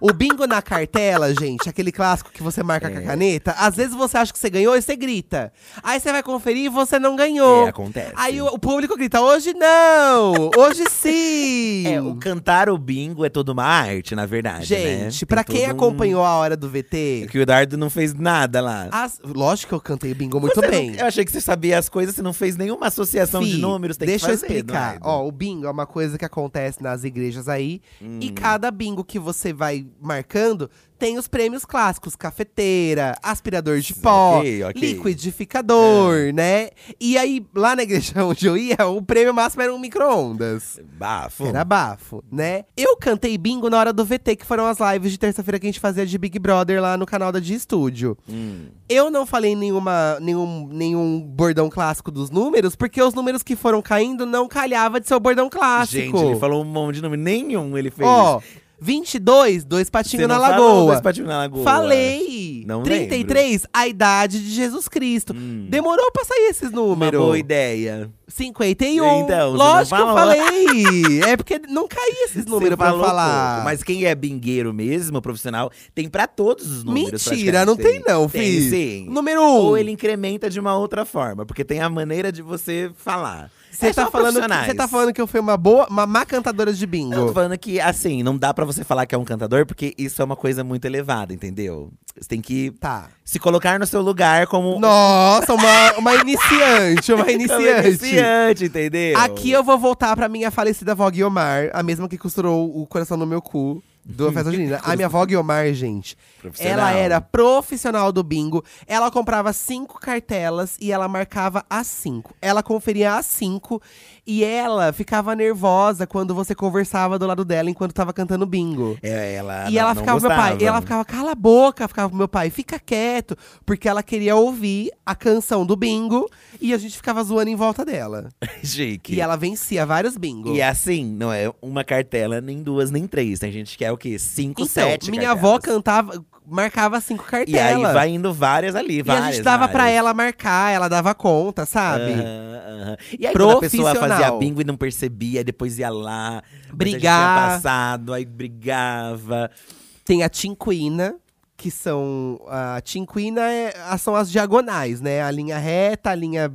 A: O bingo na cartela, gente, aquele clássico que você marca
B: É.
A: com a caneta, às vezes você acha que você ganhou e você grita. Aí você vai conferir e você não ganhou.
B: É, acontece.
A: Aí o, o público grita: hoje não! Hoje sim!
B: É, o cantar o bingo é toda uma arte, na verdade. né?
A: Gente,
B: Tem
A: pra quem
B: todo um-
A: acompanhou a hora do
B: É
A: VT,
B: Que o Eduardo não fez nada lá.
A: as- lógico que eu cantei o bingo muito
B: Você não-
A: bem.
B: eu achei que você sabia as coisas, você não fez nenhuma associação de
A: Fih,
B: números. Tem
A: deixa
B: que fazer, é,
A: eu explicar.
B: Eduardo.
A: Ó, o bingo é uma coisa que acontece nas igrejas aí. E
B: Hum.
A: cada bingo que você vai marcando tem os prêmios clássicos: cafeteira, aspirador de pó,
B: ok, É. ok.
A: liquidificador, né? E aí, lá na igreja onde eu ia, o prêmio máximo era um micro-ondas.
B: Bafo.
A: Era bafo, né? Eu cantei bingo na hora do VT, que foram as lives de terça-feira que a gente fazia de Big Brother lá no canal da de Estúdio.
B: Hum.
A: Eu não falei nenhuma, nenhum, nenhum bordão clássico dos números, porque os números que foram caindo não calhava de ser o bordão clássico.
B: Gente, ele falou um monte de número. Nenhum ele fez.
A: Ó, 22, dois patinhos
B: Você
A: na
B: não falou
A: lagoa.
B: dois patinhos na lagoa.
A: Falei!
B: Não
A: 33, a idade de Jesus Cristo.
B: Hum.
A: Demorou pra sair esses
B: Uma
A: números.
B: boa ideia.
A: 51.
B: Então, você não
A: Lógico que eu
B: falou.
A: falei. é porque não caía esses números
B: Você
A: pra eu
B: falou
A: falar.
B: pouco, mas quem é bingueiro mesmo, profissional, tem pra todos os números.
A: Mentira, não tem
B: praticamente.
A: não,
B: Tem,
A: filho.
B: sim.
A: Número 1. Um,
B: Ou ele incrementa de uma outra forma, porque tem a maneira de você falar.
A: Você
B: É
A: tá
B: só
A: falando que
B: profissionais.
A: você tá falando que eu fui uma boa, uma má cantadora de
B: Eu tô
A: bingo.
B: falando que, assim, não dá pra você falar que é um cantador, porque isso é uma coisa muito elevada, entendeu? Você tem que
A: Tá.
B: se colocar no seu lugar como um
A: Nossa, uma, uma iniciante, uma
B: como
A: iniciante.
B: iniciante, entendeu?
A: Aqui eu vou voltar pra minha falecida Vó Guiomar, a mesma que costurou o coração no meu cu do Festa Junina. A minha Vó Guiomar, gente,
B: Profissional.
A: ela era profissional do bingo. Ela comprava cinco cartelas e ela marcava as cinco. Ela conferia as cinco e ela ficava nervosa quando você conversava do lado dela enquanto tava cantando bingo.
B: É, ela
A: E
B: não-
A: ela
B: não
A: ficava pro meu pai,
B: gostava.
A: e ela ficava, cala a boca, ficava pro meu pai, fica quieto, porque ela queria ouvir a canção do bingo e a gente ficava zoando em volta dela.
B: Chique.
A: E ela vencia vários bingos.
B: E assim, não é uma cartela, nem duas, nem três. Tem gente que é o quê? Cinco,
A: então,
B: sete
A: minha
B: cartelas.
A: avó cantava, marcava cinco
B: E aí
A: cartelas.
B: vai indo várias ali,
A: E a
B: várias.
A: gente dava pra
B: várias.
A: ela marcar, ela dava conta, sabe?
B: Aham, aham. E aí quando a pessoa
A: Profissional.
B: fazia bingo e não percebia, depois ia lá. mas
A: Brigar.
B: aí já tinha passado, aí brigava.
A: Tem a tinquina, que são. A tinquina é, a- são as diagonais, né? A linha reta, a linha,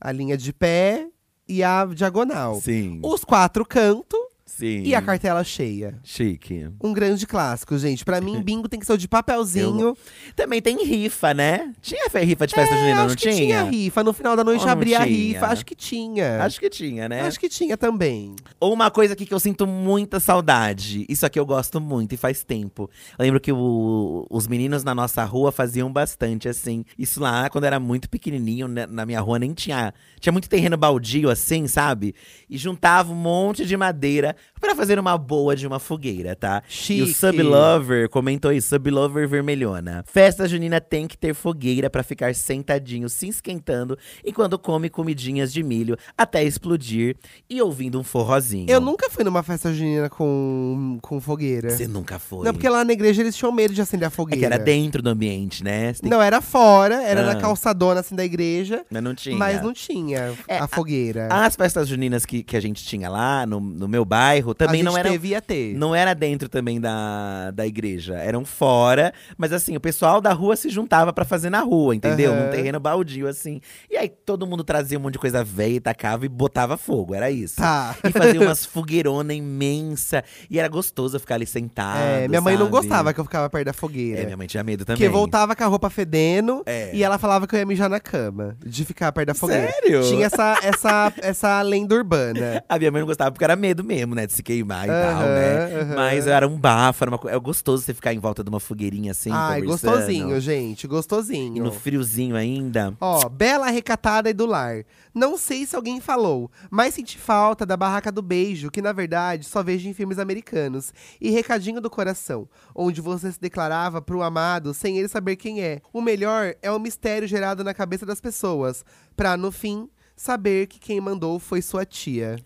A: a linha de pé e a diagonal.
B: Sim,
A: Os quatro cantos
B: sim.
A: e a cartela cheia.
B: Chique.
A: Um grande clássico, gente. Pra mim, bingo tem que ser o de papelzinho.
B: Também tem rifa, né? Tinha fe- rifa de festa junina, não
A: É, acho que tinha rifa. No final da noite
B: Ou não
A: abria a
B: tinha?
A: rifa. Acho que tinha.
B: Acho que tinha, né?
A: Acho que tinha também.
B: Ou uma coisa aqui que eu sinto muita saudade. Isso aqui eu gosto muito e faz tempo. Eu lembro que o- os meninos na nossa rua faziam bastante, assim. Isso lá, quando eu era muito pequenininho, né, na minha rua nem tinha. Tinha muito terreno baldio, assim, sabe? E juntava um monte de madeira pra fazer uma boa de uma fogueira, tá? E o
A: Chique.
B: Sub Lover comentou isso, Sub Lover Vermelhona. Festa junina tem que ter fogueira pra ficar sentadinho, se esquentando, enquanto come comidinhas de milho até explodir e ouvindo um forrozinho.
A: Eu nunca fui numa festa junina com, com fogueira.
B: Você nunca foi.
A: Não, porque lá na igreja eles tinham medo de acender a
B: É
A: fogueira.
B: que era dentro do ambiente, né? Você tem
A: Não, era fora, era
B: Ah.
A: na calçadona assim da igreja.
B: que- Mas não tinha.
A: Mas não tinha
B: É,
A: a
B: a-
A: fogueira.
B: As festas juninas que, que a gente tinha lá, no, no meu bairro,
A: a
B: também
A: gente
B: não eram
A: teve, ia ter.
B: Não era dentro também da, da igreja, eram fora. Mas assim, o pessoal da rua se juntava pra fazer na rua, entendeu?
A: Aham.
B: Num terreno baldio, assim. E aí todo mundo trazia um monte de coisa velha e tacava e botava fogo, era isso.
A: Tá.
B: E fazia umas fogueirona imensa. E era gostoso ficar ali sentado.
A: É, minha mãe não
B: sabe?
A: gostava que eu ficava perto da fogueira.
B: É, minha mãe tinha medo também.
A: Porque voltava com a roupa fedendo
B: É.
A: e ela falava que eu ia mijar na cama, de ficar perto da fogueira.
B: Sério?
A: Tinha essa, essa, essa lenda urbana.
B: A minha mãe não gostava porque era medo mesmo, né? De se queimar e tal,
A: Aham,
B: né?
A: aham.
B: Mas era um bafo, era uma coisa. É gostoso você ficar em volta de uma fogueirinha assim.
A: Ai,
B: conversando.
A: gostosinho, gente,
B: E
A: gostosinho.
B: no friozinho ainda.
A: Ó, bela recatada e do lar. Não sei se alguém falou, mas senti falta da barraca do beijo, que na verdade só vejo em filmes americanos. E recadinho do coração, onde você se declarava pro amado sem ele saber quem é. O melhor é o mistério gerado na cabeça das pessoas, pra no fim saber que quem mandou foi sua tia.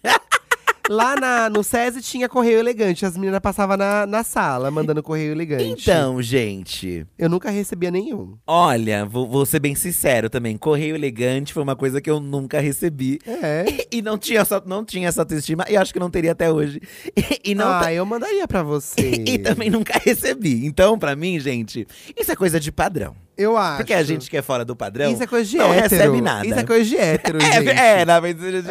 A: Lá na- no SESI tinha correio elegante. As meninas passavam na, na sala, mandando correio elegante.
B: Então, gente,
A: Eu nunca recebia nenhum.
B: olha, vou, vou ser bem sincero também. Correio elegante foi uma coisa que eu nunca recebi.
A: É.
B: E não tinha, essa- não tinha essa autoestima, e acho que não teria até hoje. E, não, tá Então,
A: ah, eu mandaria pra você.
B: e também nunca recebi. Então, pra mim, gente, isso é coisa de padrão.
A: Eu acho.
B: Porque a gente que é fora do padrão
A: Isso é coisa de
B: não
A: hétero.
B: recebe nada.
A: Isso é coisa de hétero, gente.
B: é, é, na verdade, de hétero.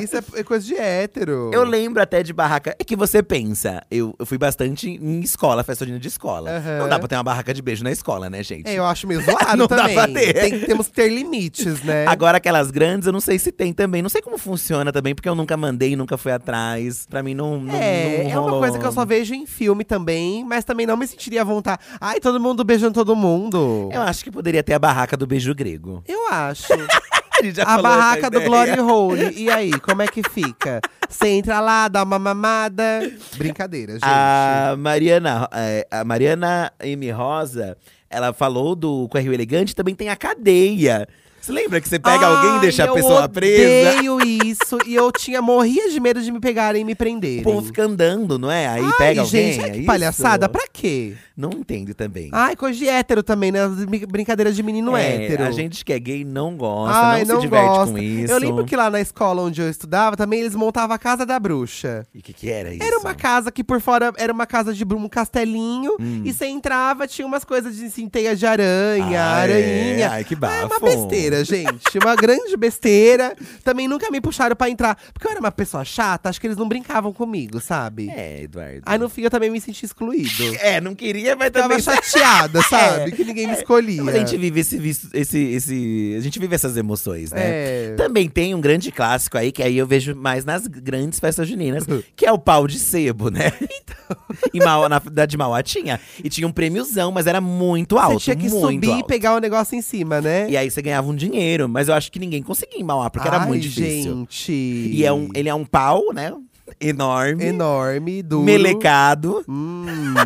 A: É, isso é coisa de hétero.
B: Eu lembro até de barraca. É que você pensa, eu, eu fui bastante em escola, festa junina de escola.
A: Aham.
B: Não dá pra ter uma barraca de beijo na escola, né, gente?
A: É, eu acho meio zoado
B: Não dá
A: também.
B: pra ter.
A: Tem- temos que ter limites, né?
B: Agora, aquelas grandes, eu não sei se tem também. Não sei como funciona também, porque eu nunca mandei, nunca fui atrás. Pra mim, não. não
A: é,
B: não
A: é uma
B: rolou.
A: coisa que eu só vejo em filme também, mas também não me sentiria à vontade. Ai, todo mundo beijando todo mundo.
B: Eu acho que poderia ter a barraca do beijo grego.
A: Eu acho.
B: A, gente já
A: A
B: falou essa
A: barraca do
B: ideia.
A: Glory Hole. E aí, como é que fica? Você entra lá, dá uma mamada. Brincadeira, gente.
B: A Mariana, é, a Mariana M. Rosa, ela falou do Correio Elegante, também tem a cadeia. Você lembra que você pega alguém e
A: Ai,
B: deixa a pessoa presa?
A: Eu odeio isso. e eu tinha morria de medo de me pegarem e me prenderem.
B: O povo fica andando, não é? Aí
A: Ai,
B: pega alguém.
A: gente, ai, que
B: é isso?
A: palhaçada. Ah, Pra quê?
B: Não entendo também.
A: Ai, coisa de hétero também, né? Brin- Brincadeira de menino hétero.
B: A gente que é gay não gosta,
A: Ai,
B: não,
A: não
B: se diverte com
A: gosta.
B: isso.
A: Eu lembro que lá na escola onde eu estudava, também eles montavam a casa da bruxa.
B: E o que, que era isso?
A: Era uma casa que por fora era uma casa de brum- um castelinho.
B: Hum.
A: E você entrava, tinha umas coisas de assim, teia de aranha,
B: Ah,
A: aranhinha.
B: é? Ai, que bafo.
A: É uma besteira, gente. Uma grande besteira. Também nunca me puxaram pra entrar. Porque eu era uma pessoa chata, acho que eles não brincavam comigo, sabe?
B: É, Eduardo.
A: Aí no fim eu também me senti excluído.
B: É, não queria, mas também. É.
A: Tava chateada, sabe? Que ninguém me escolhia.
B: Mas a gente vive esse, visto- esse, esse. A gente vive essas emoções, né?
A: É.
B: Também tem um grande clássico aí, que aí eu vejo mais nas grandes festas juninas, que é o pau de sebo, né? em Mauá, na cidade de Mauá tinha. E tinha um prêmiozão, mas era muito alto.
A: Você tinha que
B: muito
A: subir e
B: alto.
A: pegar o negócio em cima, né?
B: E aí você ganhava um dinheiro, mas eu acho que ninguém conseguia em Mauá, porque era
A: Ai,
B: muito difícil.
A: Gente.
B: E é um, ele é um pau, né? Enorme,
A: enorme, duro.
B: melecado.
A: Hum.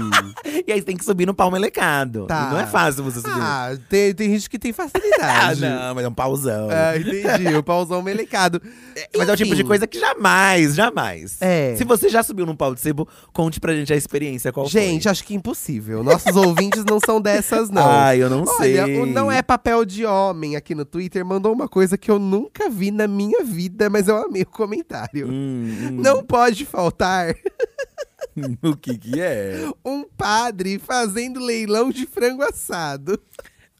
B: E aí você tem que subir no pau melecado.
A: Tá.
B: E não é fácil você subir.
A: Ah, tem, tem gente que tem
B: Ah,
A: facilidade.
B: não, mas é um pauzão.
A: Ah, entendi. O pauzão melecado.
B: Mas é o tipo de
A: Enfim.
B: coisa que jamais, jamais.
A: É.
B: Se você já subiu num pau de sebo, conte pra gente a experiência, qual foi.
A: Gente, acho que é impossível. Nossos ouvintes não são dessas, não.
B: Ai, eu Ah, não sei.
A: Olha, o Não É Papel de Homem aqui no Twitter mandou uma coisa que eu nunca vi na minha vida, mas eu amei o comentário.
B: Hum,
A: Não pode faltar
B: hum, o que que é?
A: um padre fazendo leilão de frango assado.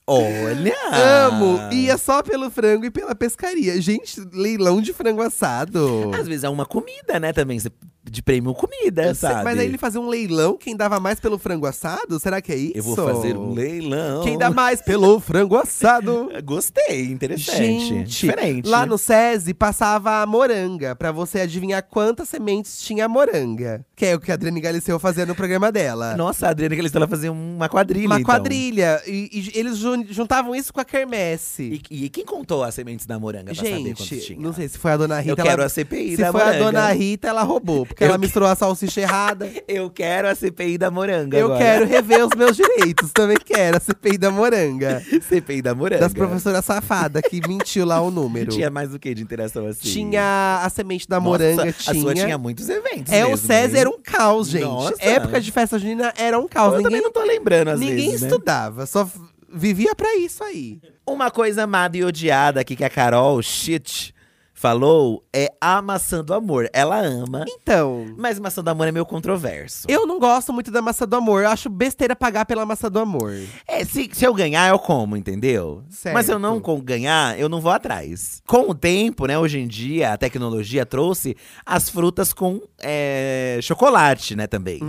B: Olha!
A: Amo! Ia só pelo frango e pela pescaria. Gente, leilão de frango assado.
B: Às vezes é uma comida, né, também. Você- De prêmio comida,
A: Eu sei,
B: sabe?
A: Mas aí ele fazia um leilão, quem dava mais pelo frango assado? Será que é isso?
B: Eu vou fazer um leilão.
A: Quem dá mais pelo frango assado?
B: Gostei, interessante. Diferente. né?
A: Lá no SESI passava a moranga, pra você adivinhar quantas sementes tinha a moranga. Que é o que a Adriane Galisteu fazia no programa dela.
B: Nossa, a Adriana Galisteu, ela fazia uma quadrilha,
A: Uma
B: então.
A: quadrilha. E, e eles jun- juntavam isso com a quermesse.
B: E, e quem contou as sementes da moranga pra saber quanto
A: Gente,
B: tinha?
A: não sei se foi a dona Rita.
B: Eu quero
A: ela-
B: a CPI
A: Se
B: da
A: foi a
B: moranga.
A: dona Rita, ela roubou. Porque
B: Eu
A: ela
B: que-
A: misturou a salsicha errada.
B: Eu quero a CPI da moranga
A: Eu
B: agora.
A: quero rever os meus direitos. Também quero a CPI da moranga.
B: CPI da moranga.
A: Das professoras safadas que mentiu lá o número.
B: Tinha mais o que de interação assim?
A: Tinha a semente da
B: Nossa,
A: moranga,
B: A sua
A: tinha.
B: tinha muitos eventos
A: é, o
B: mesmo,
A: César
B: hein?
A: era um caos, gente.
B: Nossa.
A: Época de festa junina era um
B: Eu
A: caos.
B: também
A: ninguém
B: não tô lembrando, às
A: ninguém
B: vezes, né?
A: estudava, só f- vivia pra isso aí.
B: Uma coisa amada e odiada aqui que a Carol Shit falou é a maçã do amor. Ela ama,
A: Então,
B: mas maçã do amor é meio controverso.
A: eu não gosto muito da massa do amor. Eu acho besteira pagar pela massa do amor.
B: É, se, se eu ganhar, eu como, entendeu?
A: Certo.
B: Mas se eu não con- ganhar, eu não vou atrás. Com o tempo, né, hoje em dia, a tecnologia trouxe as frutas com é, chocolate, né, também.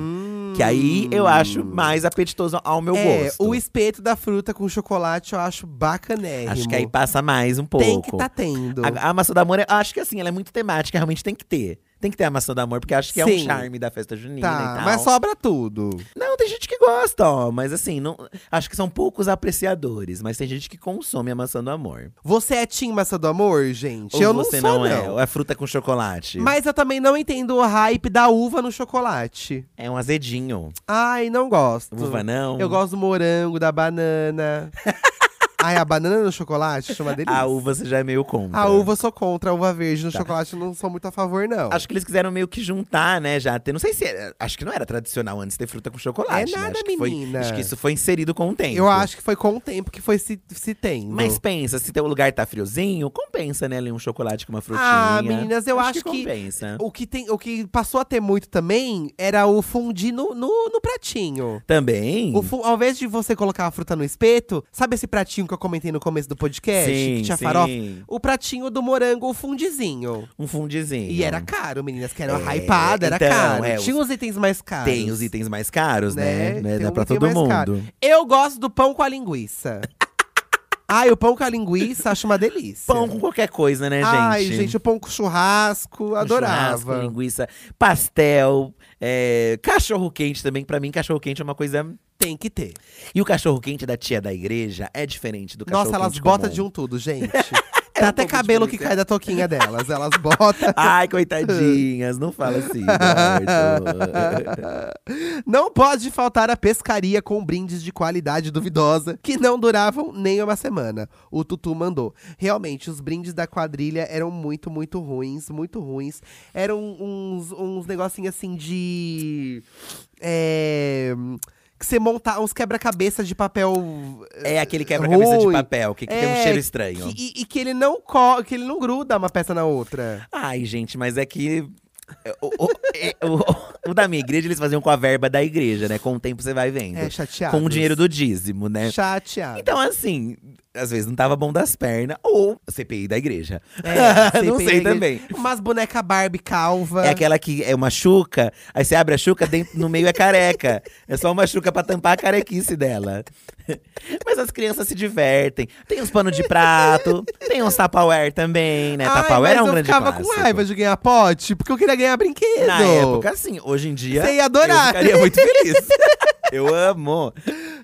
B: Que aí eu acho mais apetitoso ao meu
A: Hum. é,
B: gosto.
A: o espeto da fruta com chocolate eu acho bacanérrimo.
B: Acho que aí passa mais um pouco.
A: Tem que tá tendo.
B: A, a maçã do amor, eu acho que assim, ela é muito temática, realmente tem que ter. Tem que ter a maçã do amor, porque acho que é um
A: Sim.
B: charme da festa junina e
A: Tá,
B: tal.
A: mas sobra tudo.
B: Não, tem gente que gosta, ó. Mas assim, não, acho que são poucos apreciadores. Mas tem gente que consome a maçã do amor.
A: Você é Tim Massa do Amor, gente?
B: Ou
A: eu
B: você
A: não sou, não.
B: é. Ou é fruta com chocolate.
A: Mas eu também não entendo o hype da uva no chocolate.
B: É um azedinho.
A: Ai, não gosto.
B: Uva não.
A: Eu gosto do morango, da banana. Ai, a banana no chocolate chama delícia.
B: A uva você já é meio contra.
A: A uva eu sou contra, a uva verde no
B: Tá.
A: chocolate eu não sou muito a favor, não.
B: Acho que eles quiseram meio que juntar, né? Já ter. Não sei se. era- Acho que não era tradicional antes ter fruta com chocolate.
A: É
B: né?
A: nada,
B: acho que foi-
A: menina.
B: acho que isso foi inserido com o tempo.
A: eu acho que foi com o tempo que foi se, se tendo.
B: Mas né? pensa, se teu lugar tá friozinho, compensa, né? Ali um chocolate com uma frutinha.
A: Ah, meninas, eu acho que-
B: compensa.
A: o que, tem, o que passou a ter muito também era o fundir no, no, no pratinho.
B: Também.
A: O fu- ao invés de você colocar a fruta no espeto, sabe esse pratinho que eu comentei no começo do podcast? que tinha farofa? O pratinho do morango, o fundizinho.
B: Um fundizinho.
A: E era caro, meninas, que era
B: É,
A: hypada, era
B: então,
A: caro.
B: é, os-
A: Tinha os itens mais caros.
B: Tem os itens mais caros,
A: Né?
B: né? Não é-
A: Tem
B: não é
A: um
B: pra
A: item
B: todo
A: mais
B: mundo.
A: caro. Eu gosto do pão com a linguiça. Ai, o pão com a linguiça, acho uma delícia.
B: Pão com qualquer coisa, né, gente?
A: Ai, gente, o pão com churrasco,
B: Com churrasco,
A: adorava.
B: linguiça, pastel, é, cachorro quente também. Pra mim, cachorro quente é uma coisa.
A: Tem que ter.
B: E o cachorro quente da tia da igreja é diferente do cachorro
A: Nossa,
B: quente.
A: elas botam
B: comum.
A: de um tudo, gente.
B: um
A: Tá até
B: pouco
A: cabelo que
B: diferente,
A: cai da toquinha delas. Elas botam.
B: Ai, coitadinhas, não fala assim, Eduardo.
A: Não pode faltar a pescaria com brindes de qualidade duvidosa que não duravam nem uma semana. O Tutu mandou. Realmente, os brindes da quadrilha eram muito, muito ruins, muito ruins. Eram uns, uns negocinhos assim de. É. Que você monta uns quebra-cabeça de papel.
B: É aquele quebra-cabeça de
A: Ruim.
B: papel que, que tem um
A: É,
B: cheiro estranho.
A: que- e, e que ele não co que ele não gruda uma peça na outra.
B: Ai, gente, mas é que. O, o- é, o- o da minha igreja eles faziam com a verba da igreja, né? Com o tempo você vai vendo.
A: É chateado.
B: com o dinheiro do dízimo, né?
A: Chateado.
B: Então, assim, às vezes não tava bom das pernas, ou CPI da igreja.
A: É,
B: não
A: CPI
B: sei
A: da igreja.
B: também.
A: Umas boneca Barbie calva.
B: É aquela que é uma chuca, aí você abre a chuca, dentro, no meio é careca. É só uma chuca pra tampar a carequice dela. Mas as crianças se divertem. Tem uns pano de prato, tem uns tapaware também, né?
A: Ai,
B: Tapaware é
A: mas
B: um grande
A: Eu ficava
B: clássico.
A: com raiva de ganhar pote, porque eu queria ganhar brinquedo.
B: Na época, sim. Hoje em dia,
A: Você ia adorar.
B: eu ficaria muito feliz. eu amo.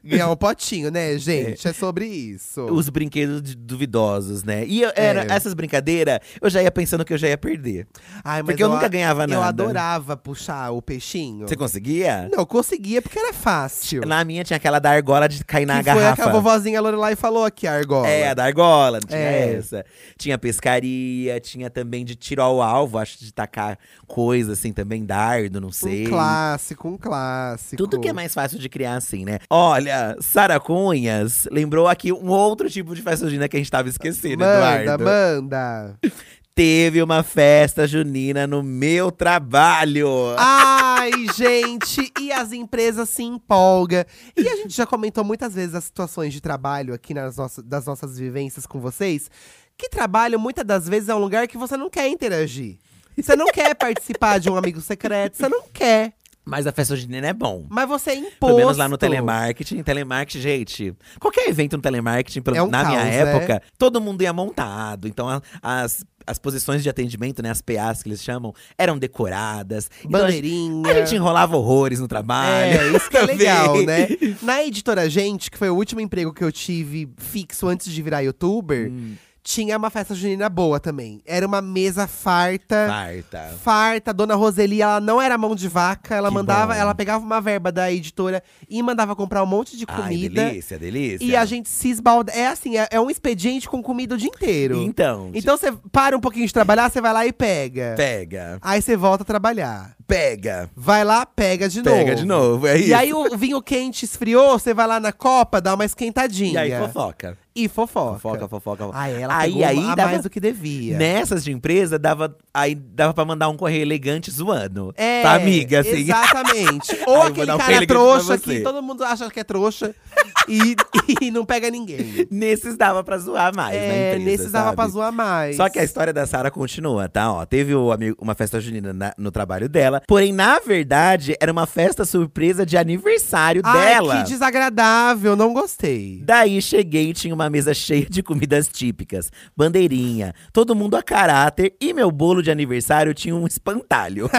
A: Ganhar um potinho, né, gente? É, sobre isso.
B: Os brinquedos de- duvidosos, né? E eu- era,
A: É.
B: essas brincadeiras, eu já ia pensando que eu já ia perder.
A: Ai, mas
B: porque eu nunca ganhava
A: Eu
B: nada.
A: adorava puxar o peixinho.
B: Você conseguia?
A: Não, eu conseguia porque era fácil.
B: Na minha tinha aquela da argola de cair na
A: que foi a
B: garrafa.
A: que a vovozinha Lorelai falou aqui, a argola. Um
B: É, a da argola, não tinha
A: É.
B: essa. Tinha pescaria, tinha também de tiro ao alvo, acho, de tacar coisa assim também, dardo, não
A: um
B: sei.
A: clássico, um clássico.
B: Tudo que é mais fácil de criar assim, né? Olha, Sara Cunhas lembrou aqui um outro tipo de festa junina que a gente tava esquecendo,
A: Manda,
B: Eduardo.
A: manda.
B: Teve uma festa junina no meu trabalho.
A: Ah. Ai, gente, e as empresas se empolgam. E a gente já comentou muitas vezes as situações de trabalho aqui nas nossas, das nossas vivências com vocês. Que trabalho, muitas das vezes, é um lugar que você não quer interagir. Você não quer participar de um amigo secreto, você não quer.
B: Mas a festa junina é bom.
A: Mas você é imposto.
B: Pelo menos lá no telemarketing. Telemarketing, gente. Qualquer evento no telemarketing, pelo-
A: É um
B: na minha
A: caos, né?
B: época, todo mundo ia montado. Então a- as, as posições de atendimento, né? As PAs que eles chamam, eram decoradas. Então, a gente-
A: Bandeirinha.
B: a gente enrolava horrores no trabalho.
A: É, isso que é
B: também.
A: legal, né? Na editora Gente, que foi o último emprego que eu tive fixo antes de virar youtuber,
B: Hum.
A: tinha uma festa junina boa também. Era uma mesa farta.
B: Farta.
A: Farta, dona Roseli, ela não era mão de vaca, ela
B: Que
A: mandava,
B: bom.
A: ela pegava uma verba da editora e mandava comprar um monte de
B: Ai,
A: comida.
B: delícia, delícia.
A: e a gente se esbalda. É assim, é, é um expediente com comida o dia inteiro.
B: Então,
A: então você para um pouquinho de trabalhar, você vai lá e pega.
B: pega,
A: Aí você volta a trabalhar.
B: pega,
A: Vai lá, pega de novo.
B: pega de novo. É isso.
A: E aí o vinho quente esfriou, você vai lá na copa, dá uma esquentadinha.
B: E aí, fofoca.
A: E fofoca.
B: Fofoca, fofoca, fofoca.
A: Aí ela
B: Aí-
A: pegou
B: aí
A: a
B: dava-
A: mais do que devia.
B: Nessas de empresa, dava, aí dava pra mandar um correio elegante zoando.
A: É,
B: Pra amiga, assim.
A: Exatamente.
B: Aí eu
A: Ou
B: vou
A: aquele
B: dar um
A: cara
B: peligro pra
A: trouxa
B: você.
A: que todo mundo acha que é trouxa e, e não pega ninguém.
B: Nesses dava pra zoar mais na
A: É,
B: empresa,
A: nesses dava
B: sabe?
A: pra zoar mais.
B: Só que a história da Sara continua, tá? Ó, teve o amigo- uma festa junina na- no trabalho dela. Porém, na verdade, era uma festa surpresa de aniversário
A: Ai,
B: dela.
A: que desagradável, não gostei.
B: Daí cheguei e tinha uma mesa cheia de comidas típicas, bandeirinha, todo mundo a caráter e meu bolo de aniversário tinha um espantalho.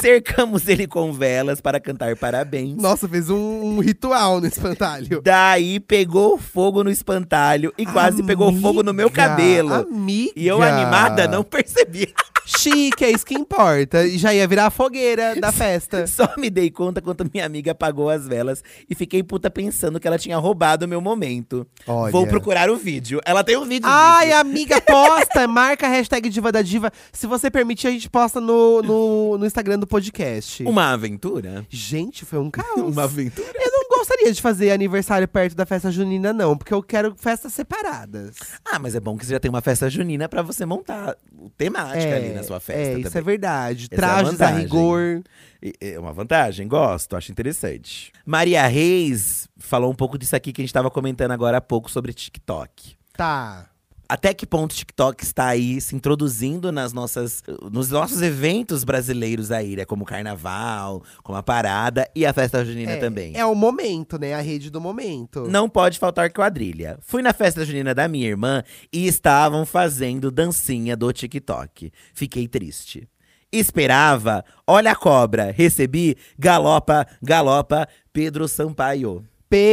B: Cercamos ele com velas para cantar parabéns.
A: Nossa, fez um, um ritual no espantalho.
B: Daí pegou fogo no espantalho e quase pegou
A: Amiga,
B: fogo no meu cabelo.
A: Amiga.
B: E eu animada não percebi.
A: Chique, é isso que importa. E já ia virar a fogueira da festa.
B: Só me dei conta quando minha amiga apagou as velas e fiquei puta pensando que ela tinha roubado o meu momento.
A: Olha.
B: Vou procurar o vídeo. Ela tem um vídeo
A: Ai,
B: disso.
A: amiga, posta! marca a hashtag Diva da Diva. Se você permitir, a gente posta no, no, no Instagram do podcast.
B: Uma aventura?
A: Gente, foi um caos.
B: Uma aventura?
A: Eu não gostaria de fazer aniversário perto da festa junina, não, porque eu quero festas separadas.
B: Ah, mas é bom que você já tem uma festa junina pra você montar o temática ali na sua festa
A: é, isso é
B: também.
A: verdade.
B: é a
A: Trajes a
B: vantagem.
A: rigor.
B: E- É uma vantagem, gosto, acho interessante. Maria Reis falou um pouco disso aqui que a gente tava comentando agora há pouco sobre TikTok.
A: Tá.
B: Até que ponto o TikTok está aí se introduzindo nas nossas, nos nossos eventos brasileiros aí, né? Como o carnaval, como a parada e a festa junina também.
A: É o momento, né? A rede do momento.
B: Não pode faltar quadrilha. Fui na festa junina da minha irmã e estavam fazendo dancinha do TikTok. Fiquei triste. Esperava, olha a cobra, recebi galopa, galopa, Pedro Sampaio.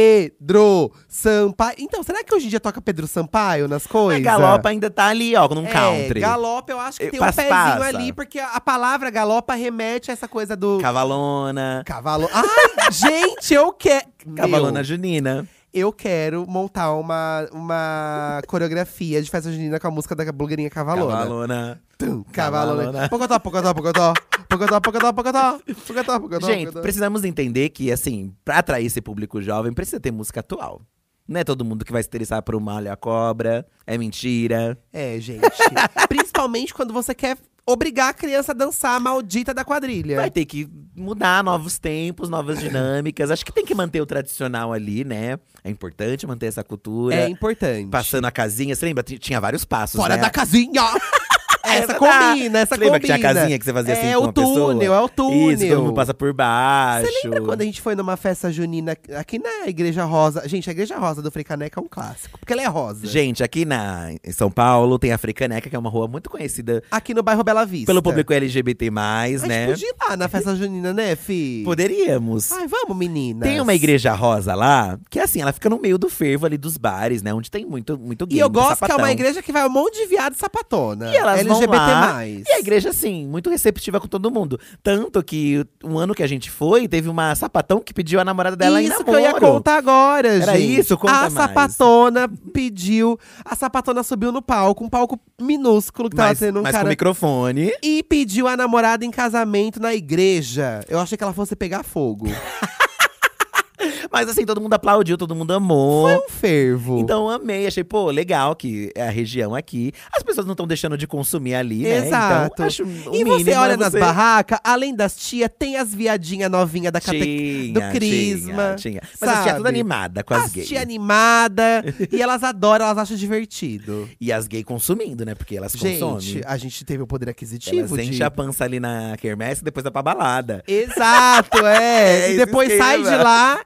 A: Pedro Sampaio. Então, será que hoje em dia toca Pedro Sampaio nas
B: A
A: coisas?
B: galopa ainda tá ali, ó, num
A: É,
B: country.
A: Galopa, eu acho que
B: Eu-
A: tem
B: passa,
A: um pezinho
B: passa.
A: ali, porque a palavra galopa remete a essa coisa do.
B: Cavalona,
A: Cavalo. Ai, gente, eu quero.
B: cavalona junina.
A: Eu quero montar uma, uma coreografia de festa junina com a música da blogueirinha Cavalona.
B: Cavalona.
A: Tum,
B: Cavalona.
A: Cavalona. Pocotó, pocotó, pocotó. Pocotó, pocotó, pocotó. Pocotó, pocotó,
B: Gente,
A: pocotó.
B: precisamos entender que, assim, pra atrair esse público jovem, precisa ter música atual. Não é todo mundo que vai se interessar por uma alha cobra. É mentira.
A: É, gente. Principalmente quando você quer obrigar a criança a dançar a maldita da quadrilha.
B: Vai ter que mudar novos tempos, novas dinâmicas. Acho que tem que manter o tradicional ali, né? É importante manter essa cultura.
A: é importante.
B: Passando a casinha, você lembra? T- Tinha vários passos,
A: Fora
B: né?
A: da casinha!
B: Essa
A: essa
B: dá.
A: combina, essa combina.
B: lembra que tinha a casinha que você fazia assim
A: É
B: com
A: o
B: uma pessoa?
A: túnel, é o túnel.
B: Isso, todo mundo passa por baixo.
A: Você lembra quando a gente foi numa festa junina aqui na Igreja Rosa? Gente, a Igreja Rosa do Fricaneca é um clássico, porque ela é rosa.
B: Gente, aqui na, em São Paulo tem a Frecaneca, que é uma rua muito conhecida
A: Aqui no bairro Bela Vista.
B: pelo público LGBT+,
A: A gente
B: né?
A: podia ir lá na festa junina, né, fi?
B: Poderíamos.
A: Ai, vamos, meninas.
B: Tem uma igreja rosa lá, que assim, ela fica no meio do fervo ali dos bares, né? Onde tem muito, muito gay,
A: E eu
B: muito
A: gosto que é
B: sapatão.
A: uma igreja que vai um monte de viado sapatona.
B: E elas vão
A: LGBT+.
B: lá, E a igreja, assim, muito receptiva com todo mundo. Tanto que um ano que a gente foi, teve uma sapatão que pediu a namorada dela em
A: isso que
B: namoro.
A: eu ia contar agora,
B: Era
A: gente.
B: isso? Conta
A: a
B: mais.
A: sapatona pediu. A sapatona subiu no palco, um palco minúsculo que tava
B: Mas,
A: tendo um
B: mas é com
A: cara.
B: microfone.
A: E pediu a namorada em casamento na igreja. Eu achei que ela fosse pegar fogo.
B: Mas assim, todo mundo aplaudiu, todo mundo amou.
A: Foi um fervo.
B: Então eu amei, achei, pô, legal que é a região aqui. As pessoas não estão deixando de consumir ali, né?
A: Exato.
B: Então, acho o
A: e
B: mínimo
A: você
B: é
A: olha nas
B: você-
A: barracas, além das tia, tem as viadinhas novinha da cate...
B: Tinha,
A: do crisma,
B: Tinha, tinha. Mas as tia
A: sabe?
B: toda animada com as,
A: As
B: gays.
A: tia animada. e elas adoram, elas acham divertido.
B: E as gays consumindo, né? Porque elas consomem.
A: Gente, a gente teve o poder
B: Elas
A: aquisitivo
B: enchem
A: de…
B: a pança ali na quermesse e depois dá pra balada.
A: Exato,
B: É
A: é.
B: esse
A: e depois sai de
B: esquema.
A: lá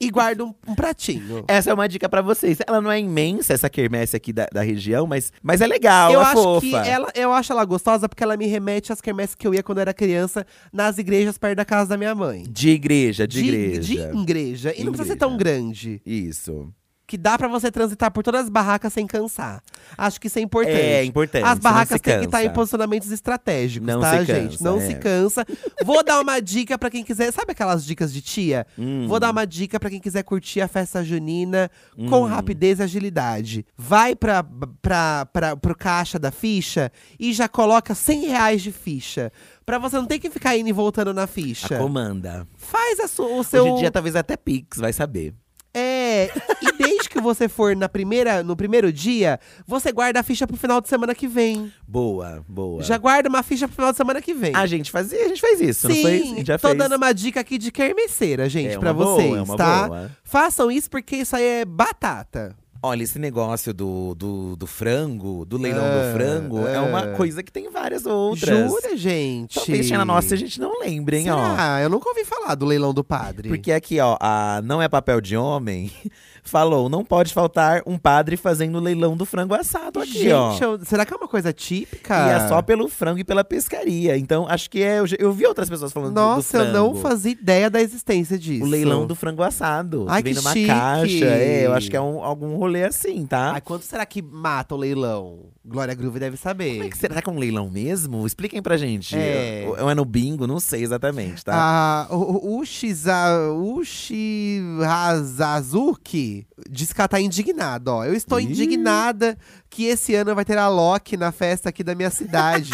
A: e guarda um, um pratinho.
B: Essa é uma dica pra vocês. Ela não é imensa, essa quermesse aqui da, da região, mas, mas é legal,
A: eu
B: é
A: acho
B: fofa.
A: que ela, eu acho ela gostosa porque ela me remete às quermesses que eu ia quando eu era criança nas igrejas perto da casa da minha mãe.
B: De igreja, de,
A: é De
B: igreja.
A: igreja. E não precisa ser tão grande.
B: Isso.
A: Que dá pra você transitar por todas as barracas sem cansar. Acho que isso é importante.
B: É importante,
A: As
B: não
A: barracas
B: se
A: têm que estar em
B: cansa.
A: posicionamentos estratégicos,
B: Não
A: tá,
B: se cansa,
A: gente? Não
B: é.
A: se cansa. Vou dar uma dica pra quem quiser. Sabe aquelas dicas de tia?
B: Hum.
A: Vou dar uma dica pra quem quiser curtir a festa junina
B: Hum.
A: com rapidez e agilidade. Vai pra, pra, pra, pro caixa da ficha e já coloca 100 reais de ficha. Pra você não ter que ficar indo e voltando na
B: A
A: ficha.
B: comanda.
A: Faz a su- o seu.
B: Ah, Hoje em dia, talvez até Pix, vai saber.
A: É, e desde que você for na primeira, no primeiro dia, você guarda a ficha pro final de semana que vem.
B: Boa, boa.
A: Já guarda uma ficha pro final de semana que vem.
B: A gente fazia, a gente fez isso, não
A: Sim,
B: foi? A gente já
A: tô
B: fez.
A: dando uma dica aqui de quermesseira, gente,
B: É
A: pra
B: uma boa,
A: vocês,
B: é uma
A: tá?
B: boa.
A: Façam isso porque isso aí é batata.
B: Olha, esse negócio do, do, do frango, do leilão do
A: Ah,
B: frango, é.
A: ah.
B: uma coisa que tem várias outras.
A: Jura, gente?
B: Talvez tinha na nossa e a gente não lembra, hein, ó.
A: Será? Eu nunca ouvi falar do leilão do padre.
B: Porque aqui, ó, a Não É Papel de Homem falou: não pode faltar um padre fazendo o leilão do frango assado aqui, ó.
A: gente, eu- será que é uma coisa típica?
B: E é só pelo frango e pela pescaria. Então, acho que é. Eu, já- eu vi outras pessoas falando do- do
A: Nossa, eu
B: frango.
A: não fazia ideia da existência disso.
B: O leilão do frango assado.
A: Ai,
B: que vem
A: que
B: numa
A: chique.
B: caixa. É, eu acho que é um- algum rolê assim, tá?
A: Ai, quanto será que mata o leilão? Glória Groove deve saber.
B: Como é que será que é um leilão mesmo? Expliquem pra gente.
A: É. Ah.
B: Eu, eu é no bingo, não sei exatamente, tá?
A: A o- o Ushiza- Ushihazazuki diz que ela tá indignada, ó. Eu estou
B: Ih.
A: indignada que esse ano vai ter a Loki na festa aqui da minha cidade.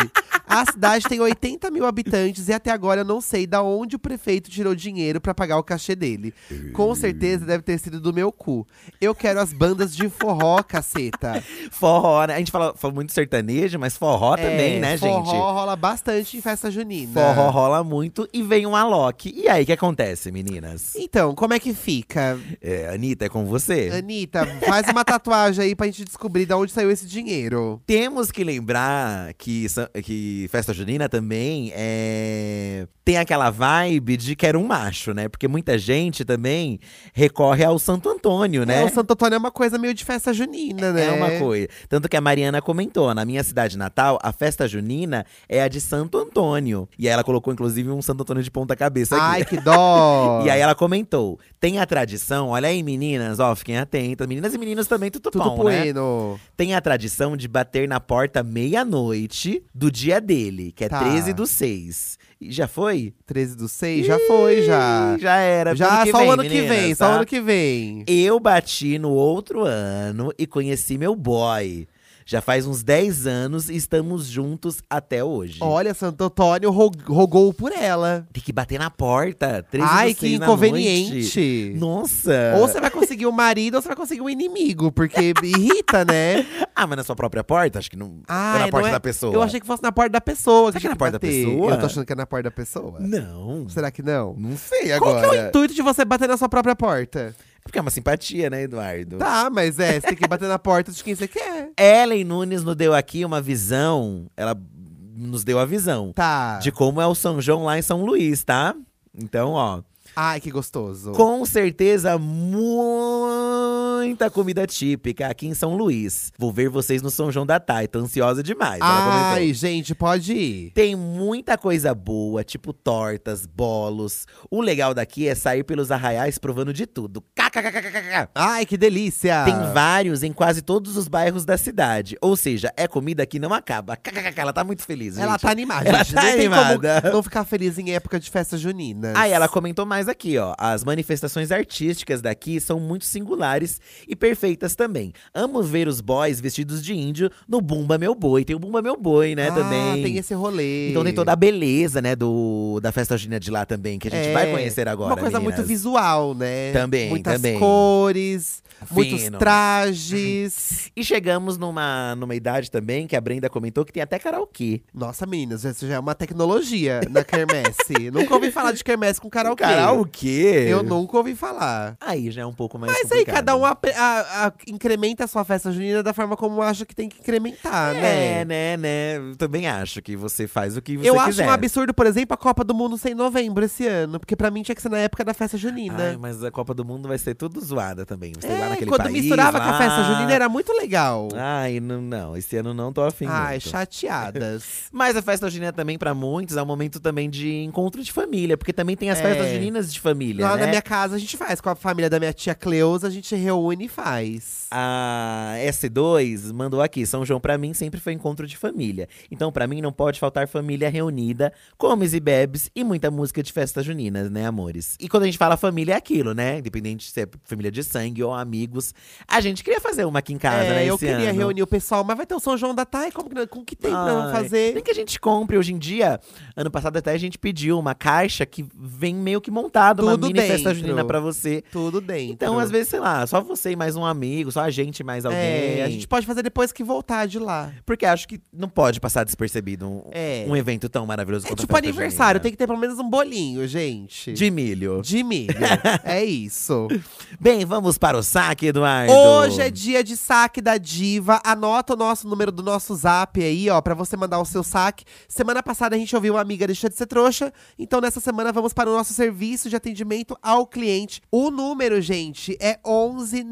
A: a cidade tem 80 mil habitantes e até agora eu não sei da onde o prefeito tirou dinheiro pra pagar o cachê dele. Com certeza deve ter sido do meu cu. Eu quero as bandas de forró, caceta.
B: Forró, né? A gente fala, fala muito sertanejo, mas forró também,
A: É,
B: né, gente?
A: Forró rola bastante em festa junina.
B: Forró rola muito e vem um Alok. E aí, o que acontece, meninas?
A: Então, como é que fica?
B: É, Anitta, é com você?
A: Anitta, faz uma tatuagem aí pra gente descobrir de onde saiu esse dinheiro.
B: Temos que lembrar que, sa- que festa junina também é, tem aquela vibe de quero um macho, né? Porque muita gente também recorre ao Santo Antônio, né?
A: É, o Santo Antônio é uma coisa meio de festa junina, né?
B: É uma coisa. Tanto que a Mariana comentou, na minha cidade natal, a festa junina é a de Santo Antônio. E aí ela colocou, inclusive, um Santo Antônio de ponta cabeça aqui.
A: Ai, que dó!
B: E aí ela comentou, tem a tradição, olha aí meninas, ó, fiquem atentas. Meninas e meninos também, tudo,
A: Tudo
B: bom, né?
A: bueno.
B: Tem a tradição de bater na porta meia-noite do dia dele, que é
A: Tá.
B: 13 do 6. E já foi?
A: 13 do 6, já foi, já.
B: Ih, Já era. pro
A: Já,
B: é ano que
A: só
B: vem,
A: o ano que vem,
B: meninas,
A: só o
B: tá?
A: ano que vem.
B: Eu bati no outro ano e conheci meu boy. Já faz uns 10 anos e estamos juntos até hoje.
A: Olha, Santo Antônio ro- rogou por ela.
B: Tem que bater na porta. 13 do
A: Ai, que
B: seis na noite.
A: inconveniente.
B: Nossa!
A: Ou você vai conseguir um marido, ou você vai conseguir um inimigo, porque irrita, né?
B: Ah, mas na sua própria porta? Acho que não.
A: Ah,
B: é na
A: não
B: porta
A: é-
B: da pessoa.
A: Eu achei que fosse na porta da pessoa.
B: Será que é
A: tinha
B: na porta da
A: bater.
B: pessoa?
A: Eu tô achando que é na porta da pessoa.
B: Não.
A: Será que não?
B: Não sei
A: Qual
B: agora.
A: que é o intuito de você bater na sua própria porta?
B: Porque é uma simpatia, né, Eduardo?
A: Tá, mas é, você tem que bater na porta de quem você quer.
B: Ellen Nunes nos deu aqui uma visão. Ela nos deu a visão
A: Tá.
B: de como é o São João lá em São Luís, tá? Então, ó.
A: Ai, que gostoso.
B: Com certeza, muita comida típica aqui em São Luís. Vou ver vocês no São João da Thay. Tô ansiosa demais. é? Ela comentou.
A: Ai, gente, pode ir.
B: Tem muita coisa boa, tipo tortas, bolos. O legal daqui é sair pelos arraiais provando de tudo. KKKKKK.
A: Ai, que delícia.
B: Tem vários em quase todos os bairros da cidade. Ou seja, é comida que não acaba. KKKK, ela tá muito feliz, gente.
A: Ela tá animada,
B: Ela
A: gente.
B: tá
A: Não tem
B: animada.
A: como não ficar feliz em época de festa junina.
B: Aí Ah, ela comentou mais aqui, ó. As manifestações artísticas daqui são muito singulares e perfeitas também. Amo ver os boys vestidos de índio no Bumba Meu Boi. Tem o Bumba Meu Boi, né,
A: ah,
B: também.
A: tem esse rolê.
B: Então tem toda a beleza, né, do, da festa junina de lá também, que a gente
A: É,
B: vai conhecer agora,
A: Uma coisa
B: meninas.
A: muito visual, né?
B: Também,
A: Muitas
B: também.
A: cores, muitos
B: Finos.
A: trajes.
B: E chegamos numa, numa idade também, que a Brenda comentou, que tem até karaokê.
A: Nossa, meninas, isso já é uma tecnologia na quermesse. Nunca ouvi falar de quermesse com karaokê.
B: Karaokê?
A: Eu nunca ouvi falar.
B: Aí já é um pouco mais
A: Mas aí
B: complicado.
A: cada um apre- a- a- incrementa a sua festa junina da forma como acha que tem que incrementar,
B: É,
A: né?
B: né, né. Eu Também acho que você faz o que você
A: Eu acho
B: quiser.
A: um absurdo, por exemplo, a Copa do Mundo ser em novembro esse ano. Porque pra mim tinha que ser na época da festa
B: Ai,
A: junina.
B: mas a Copa do Mundo vai ser tudo zoada também. Você
A: É,
B: lá naquele
A: quando
B: país,
A: misturava com a
B: lá.
A: festa junina era muito legal.
B: Ai, não, não. Esse ano não tô afim
A: Ai,
B: muito.
A: chateadas.
B: Mas a festa junina também, pra muitos, é um momento também de encontro de família. Porque também tem as
A: É.
B: festas juninas de família,
A: Lá
B: né?
A: na minha casa a gente faz. Com a família da minha tia Cleusa, a gente reúne e faz.
B: A S2 mandou aqui, São João pra mim sempre foi encontro de família. Então pra mim não pode faltar família reunida, comes e bebes e muita música de festa junina, né, amores? E quando a gente fala família é aquilo, né? Independente se é família de sangue ou amigos. A gente queria fazer uma aqui em casa,
A: é,
B: né,
A: eu
B: esse
A: queria
B: ano.
A: reunir o pessoal, mas vai ter o São João da Thay, como que, com que tem pra
B: Ai, Nem
A: fazer?
B: que a gente compre hoje em dia. Ano passado até a gente pediu uma caixa que vem meio que montada, uma
A: Tudo
B: mini festa
A: dentro.
B: junina pra você.
A: Tudo dentro.
B: Então, às vezes, sei lá, só você e mais um amigo, só a gente e mais alguém.
A: É, a gente pode fazer depois que voltar de lá.
B: Porque acho que não pode passar despercebido um,
A: É.
B: um evento tão maravilhoso
A: É
B: quanto a
A: tipo
B: festa
A: aniversário, tem
B: junina.
A: que ter pelo menos um bolinho, gente.
B: De milho.
A: De milho. é isso.
B: Bem, vamos para o saque, Eduardo.
A: Hoje é dia de saque da diva. Anota o nosso número do nosso zap aí, ó, pra você mandar o seu saque. Semana passada a gente ouviu uma amiga deixa de ser trouxa. Então nessa semana vamos para o nosso serviço de atendimento ao cliente. O número, gente, é 11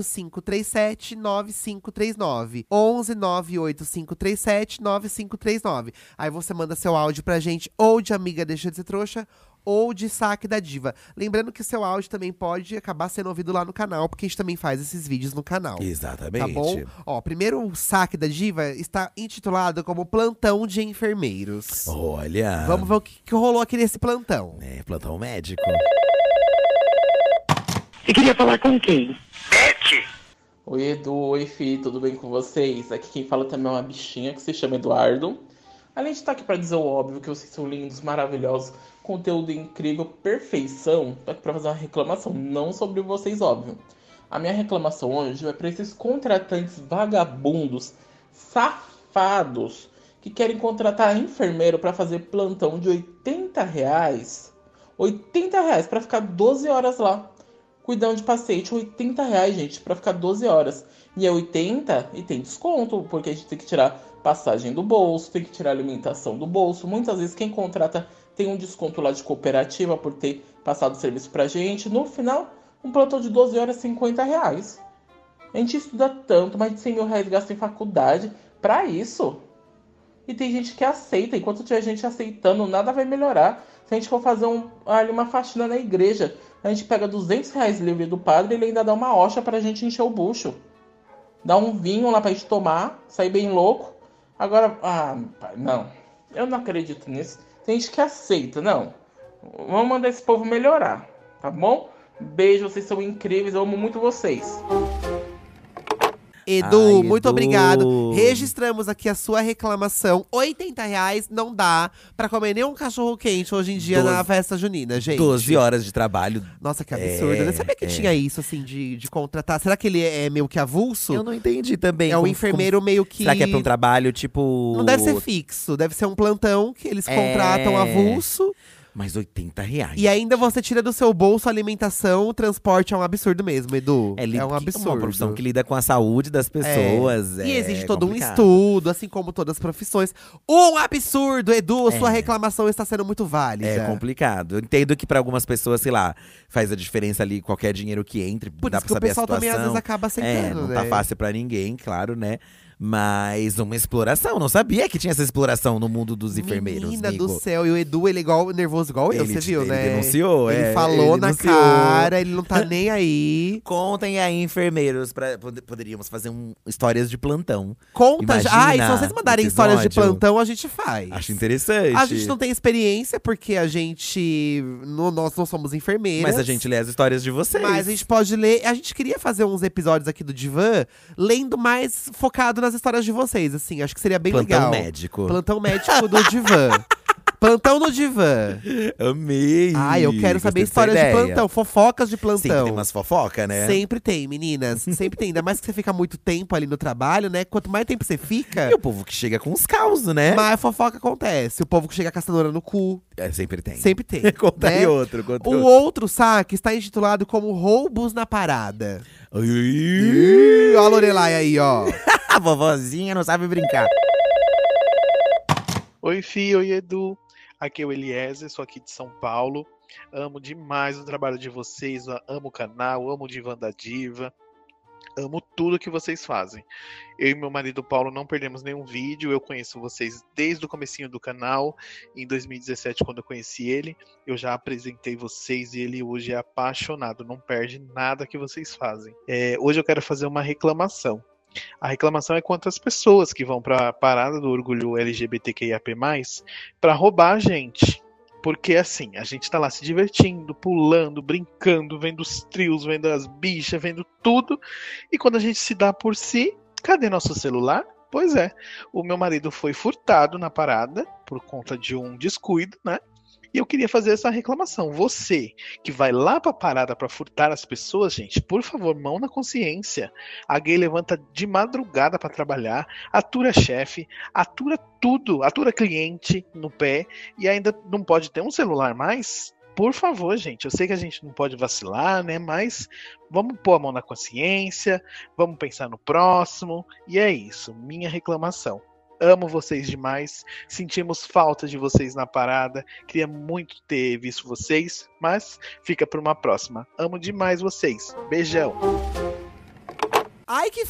A: 98537 9539. 11 98537 9539. Aí você manda seu áudio pra gente, ou de amiga deixa de ser trouxa, ou de saque da diva. Lembrando que seu áudio também pode acabar sendo ouvido lá no canal, porque a gente também faz esses vídeos no canal.
B: Exatamente.
A: Tá bom? Ó, primeiro o saque da diva está intitulado como Plantão de Enfermeiros.
B: Olha.
A: Vamos ver o que, que rolou aqui nesse plantão.
B: É, plantão médico.
C: Você queria falar com quem?
D: Oi Edu, oi Fi, tudo bem com vocês? Aqui quem fala também é uma bichinha que se chama Eduardo. Além de estar aqui para dizer o óbvio, que vocês são lindos, maravilhosos, conteúdo incrível, perfeição, tô aqui para fazer uma reclamação, não sobre vocês, óbvio. A minha reclamação hoje é para esses contratantes vagabundos, safados, que querem contratar enfermeiro para fazer plantão de 80 reais. 80 reais para ficar 12 horas lá cuidando de paciente, 80 reais, gente, para ficar 12 horas. E é 80 e tem desconto, porque a gente tem que tirar passagem do bolso, tem que tirar alimentação do bolso. Muitas vezes quem contrata tem um desconto lá de cooperativa por ter passado o serviço pra gente. No final, um plantão de 12 horas, 50 reais. A gente estuda tanto, mais de 100 mil reais gasto em faculdade para isso. E tem gente que aceita. Enquanto tiver gente aceitando, nada vai melhorar. Se a gente for fazer um, ali uma faxina na igreja, a gente pega 200 reais livre do padre e ele ainda dá uma hocha pra gente encher o bucho. Dá um vinho lá pra gente tomar, sair bem louco. Agora, ah, pai, não. Eu não acredito nisso. Tem gente que aceita, não. Vamos mandar esse povo melhorar, tá bom? Beijo, vocês são incríveis, eu amo muito vocês.
A: Edu,
B: Ai,
A: muito
B: Edu.
A: obrigado. Registramos aqui a sua reclamação. 80 reais não dá pra comer nenhum cachorro quente hoje em dia
B: Doze-
A: na festa junina, gente.
B: 12 horas de trabalho.
A: Nossa, que absurdo. Eu nem sabia que
B: É, é.
A: tinha isso, assim, de, de contratar. Será que ele é meio que avulso?
B: Eu não entendi também.
A: é um
B: como-
A: enfermeiro meio
B: como-
A: que.
B: Será que é pra um trabalho, tipo…
A: Não deve ser fixo, deve ser um plantão que eles
B: É.
A: contratam avulso.
B: Mas 80 reais.
A: E é ainda você tira do seu bolso a alimentação, o transporte é um absurdo mesmo, Edu.
B: li-
A: um absurdo. É.
B: É, uma profissão que lida com a saúde das pessoas.
A: E
B: é
A: exige todo um
B: complicado.
A: estudo, assim como todas as profissões. Um absurdo, Edu! Sua reclamação está sendo muito válida.
B: É complicado. Eu entendo que pra algumas pessoas, sei lá, faz a diferença ali qualquer dinheiro que entre,
A: Por
B: dá
A: isso
B: pra
A: que o
B: saber
A: pessoal
B: a situação.
A: também às vezes acaba
B: é,
A: aceitando,
B: não
A: né?
B: tá fácil pra ninguém, claro, né? Mas uma exploração, não sabia que tinha essa exploração no mundo dos enfermeiros,
A: Menina
B: amigo.
A: do céu, e o Edu, ele é igual, nervoso igual eu,
B: Ele
A: você
B: te-
A: viu,
B: ele
A: né?
B: denunciou,
A: Ele
B: é,
A: falou
B: ele
A: na
B: denunciou.
A: cara, ele não tá nem aí.
B: Contem aí, enfermeiros, pra, pod- poderíamos fazer um, histórias de plantão.
A: Conta já. Ah, e se
B: Imagina
A: vocês mandarem
B: o
A: histórias de
B: episódio.
A: plantão, a gente faz.
B: Acho interessante.
A: A gente não tem experiência, porque a gente. no- nós não somos enfermeiras.
B: Mas a gente lê as histórias de vocês.
A: Mas a gente pode ler. A gente queria fazer uns episódios aqui do Divã, lendo mais focado nas histórias de vocês, assim. Acho que seria bem
B: plantão
A: legal.
B: médico.
A: Plantão médico do Divã. Plantão no Divã.
B: Amei!
A: Ai, Ah, eu quero saber
B: Gostei dessa
A: histórias de
B: ideia.
A: plantão, então. fofocas de plantão.
B: Sim, que tem umas fofoca, né?
A: Sempre tem, meninas. Sempre tem. Ainda mais que você fica muito tempo ali no trabalho, né? Quanto mais tempo você fica.
B: E o povo que chega com os caos, né?
A: Mas a fofoca acontece. O povo que chega com a cenoura no cu,
B: É, sempre tem.
A: sempre tem.
B: conta
A: né?
B: aí outro, conta
A: O outro saque está intitulado como Roubos na Parada.
B: outro.
A: Ih, ó a Lorelai aí, ó.
B: A vovozinha não sabe brincar.
E: Oi, Fih, oi, Edu. Aqui é o Eliezer, sou aqui de São Paulo. Amo demais o trabalho de vocês, a- amo o canal, amo o Divan da Diva, amo tudo que vocês fazem. Eu e meu marido Paulo não perdemos nenhum vídeo, eu conheço vocês desde o comecinho do canal, em 2017, quando eu conheci ele, eu já apresentei vocês e ele hoje é apaixonado, não perde nada que vocês fazem. É, hoje eu quero fazer uma reclamação. A reclamação é quanto as pessoas que vão para a parada do orgulho LGBTQIAP+, para roubar a gente. Porque assim, a gente tá lá se divertindo, pulando, brincando, vendo os trios, vendo as bichas, vendo tudo. E quando a gente se dá por si, cadê nosso celular? Pois é, o meu marido foi furtado na parada por conta de um descuido, né? E eu queria fazer essa reclamação. Você que vai lá pra parada pra furtar as pessoas, gente, por favor, mão na consciência. A gay levanta de madrugada pra trabalhar, atura chefe, atura tudo, atura cliente no pé e ainda não pode ter um celular mais? Por favor, gente, eu sei que a gente não pode vacilar, né? Mas vamos pôr a mão na consciência, vamos pensar no próximo. E é isso, minha reclamação. Amo vocês demais, sentimos falta de vocês na parada, queria muito ter visto vocês, mas fica para uma próxima. Amo demais vocês, beijão.
A: Ai, que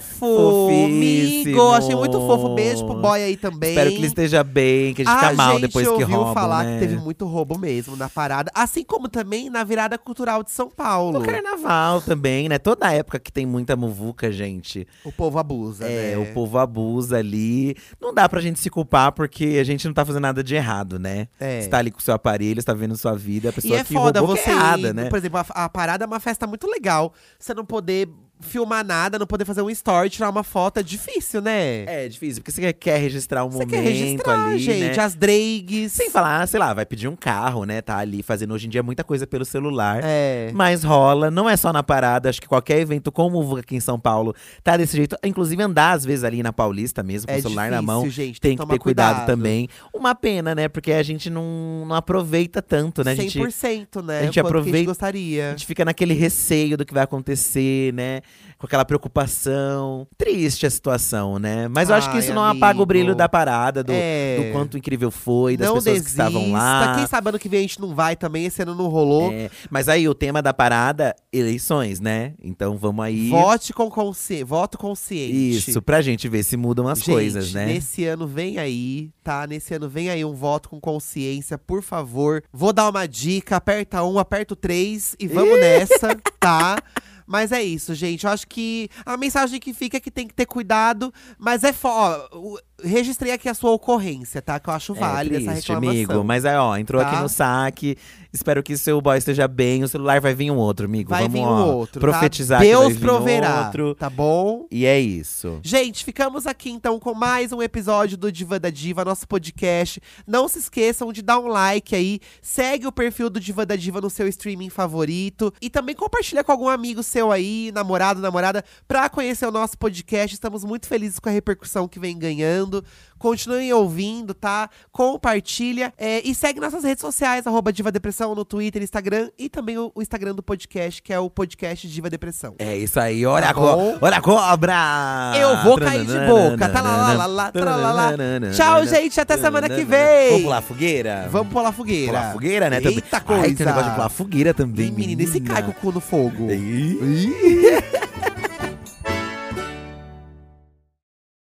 A: fofo!
B: Fofíssimo.
A: Amigo, achei muito fofo. Beijo pro boy aí também.
B: Espero que ele esteja bem, que a gente fica mal depois
A: Ah,
B: que
A: ouviu
B: roubam,
A: falar
B: né?
A: que teve um muito roubo mesmo na parada. Assim como também na virada cultural de São Paulo.
B: No carnaval também, né? Toda época que tem muita muvuca, gente.
A: O povo abusa,
B: É,
A: né?
B: o povo abusa ali. Não dá pra gente se culpar porque a gente não tá fazendo nada de errado, né?
A: É.
B: Você tá ali com o seu aparelho, você tá vendo sua vida,
A: E
B: a pessoa
A: é
B: que
A: foda
B: roubou
A: você
B: que é errada,
A: ir,
B: né?
A: Por exemplo, a, a parada é uma festa muito legal. Você não poder filmar nada, não poder fazer um story, tirar uma foto, é difícil, né?
B: É difícil, porque você quer- quer registrar um
A: Você
B: momento
A: quer registrar,
B: ali,
A: gente,
B: né?
A: as drags.
B: Sem falar, sei lá, vai pedir um carro, né? Tá ali fazendo hoje em dia muita coisa pelo celular.
A: É.
B: Mas rola, não é só na parada, acho que qualquer evento como o Vulca aqui em São Paulo tá desse jeito. Inclusive andar às vezes ali na Paulista mesmo, com
A: é
B: o celular
A: difícil,
B: na mão.
A: gente.
B: Tem que
A: tomar
B: ter cuidado, também. Uma pena, né? Porque a gente não, não aproveita tanto, né? A gente,
A: 100%, né?
B: a gente
A: quanto que
B: aproveita- a
A: gostaria.
B: gente fica naquele receio do que vai acontecer, né? Com aquela preocupação. Triste a situação, né? Mas eu acho que
A: Ai,
B: isso não
A: amigo.
B: apaga o brilho da parada, do,
A: É.
B: do quanto incrível foi, das
A: não
B: pessoas
A: desista.
B: que estavam lá.
A: Quem sabe ano que vem a gente não vai também, esse ano não rolou.
B: É, Mas aí o tema da parada, eleições, né? Então vamos aí.
A: Vote com consciência. Voto consciente.
B: Isso, pra gente ver se mudam as
A: Gente,
B: coisas, né?
A: Nesse ano vem aí, tá? Nesse ano vem aí um voto com consciência, por favor. Vou dar uma dica, aperta um, aperta o três e vamos nessa, tá? Mas é isso, gente. Eu acho que a mensagem que fica é que tem que ter cuidado, mas é foda. Registrei aqui a sua ocorrência, tá? Que eu acho
B: É,
A: válida essa
B: triste,
A: reclamação.
B: amigo. Mas aí, ó, entrou aqui
A: tá?
B: no saque. Espero que seu boy esteja bem. O celular vai vir um outro, amigo.
A: Vai
B: Vamos
A: vir um
B: ó,
A: outro,
B: profetizar
A: tá?
B: que vai
A: Deus
B: vir um
A: proverá,
B: outro.
A: tá bom?
B: E é isso.
A: Gente, ficamos aqui então com mais um episódio do Diva da Diva, nosso podcast. Não se esqueçam de dar um like aí, segue o perfil do Diva da Diva no seu streaming favorito e também compartilha com algum amigo seu aí, namorado, namorada, pra conhecer o nosso podcast. Estamos muito felizes com a repercussão que vem ganhando. Continuem ouvindo, tá? Compartilha é, e segue nossas redes sociais, arroba Diva Depressão no Twitter, Instagram e também o, o Instagram do podcast, que é o podcast Diva Depressão.
B: É isso aí. Olha,
A: Tá
B: a, co
A: bom?
B: olha a cobra!
A: Eu vou cair de boca. Tá lá, lá, lá, lá, tá lá, lá, lá. Tchau, gente. Até semana que vem.
B: Vamos pular fogueira?
A: Vamos pular fogueira.
B: pular fogueira, né? também.
A: Eita
B: Ai,
A: coisa.
B: tem um negócio de pular fogueira também,
A: Ih, menino, esse cai com o cu no fogo.
B: Ih.
A: Ih.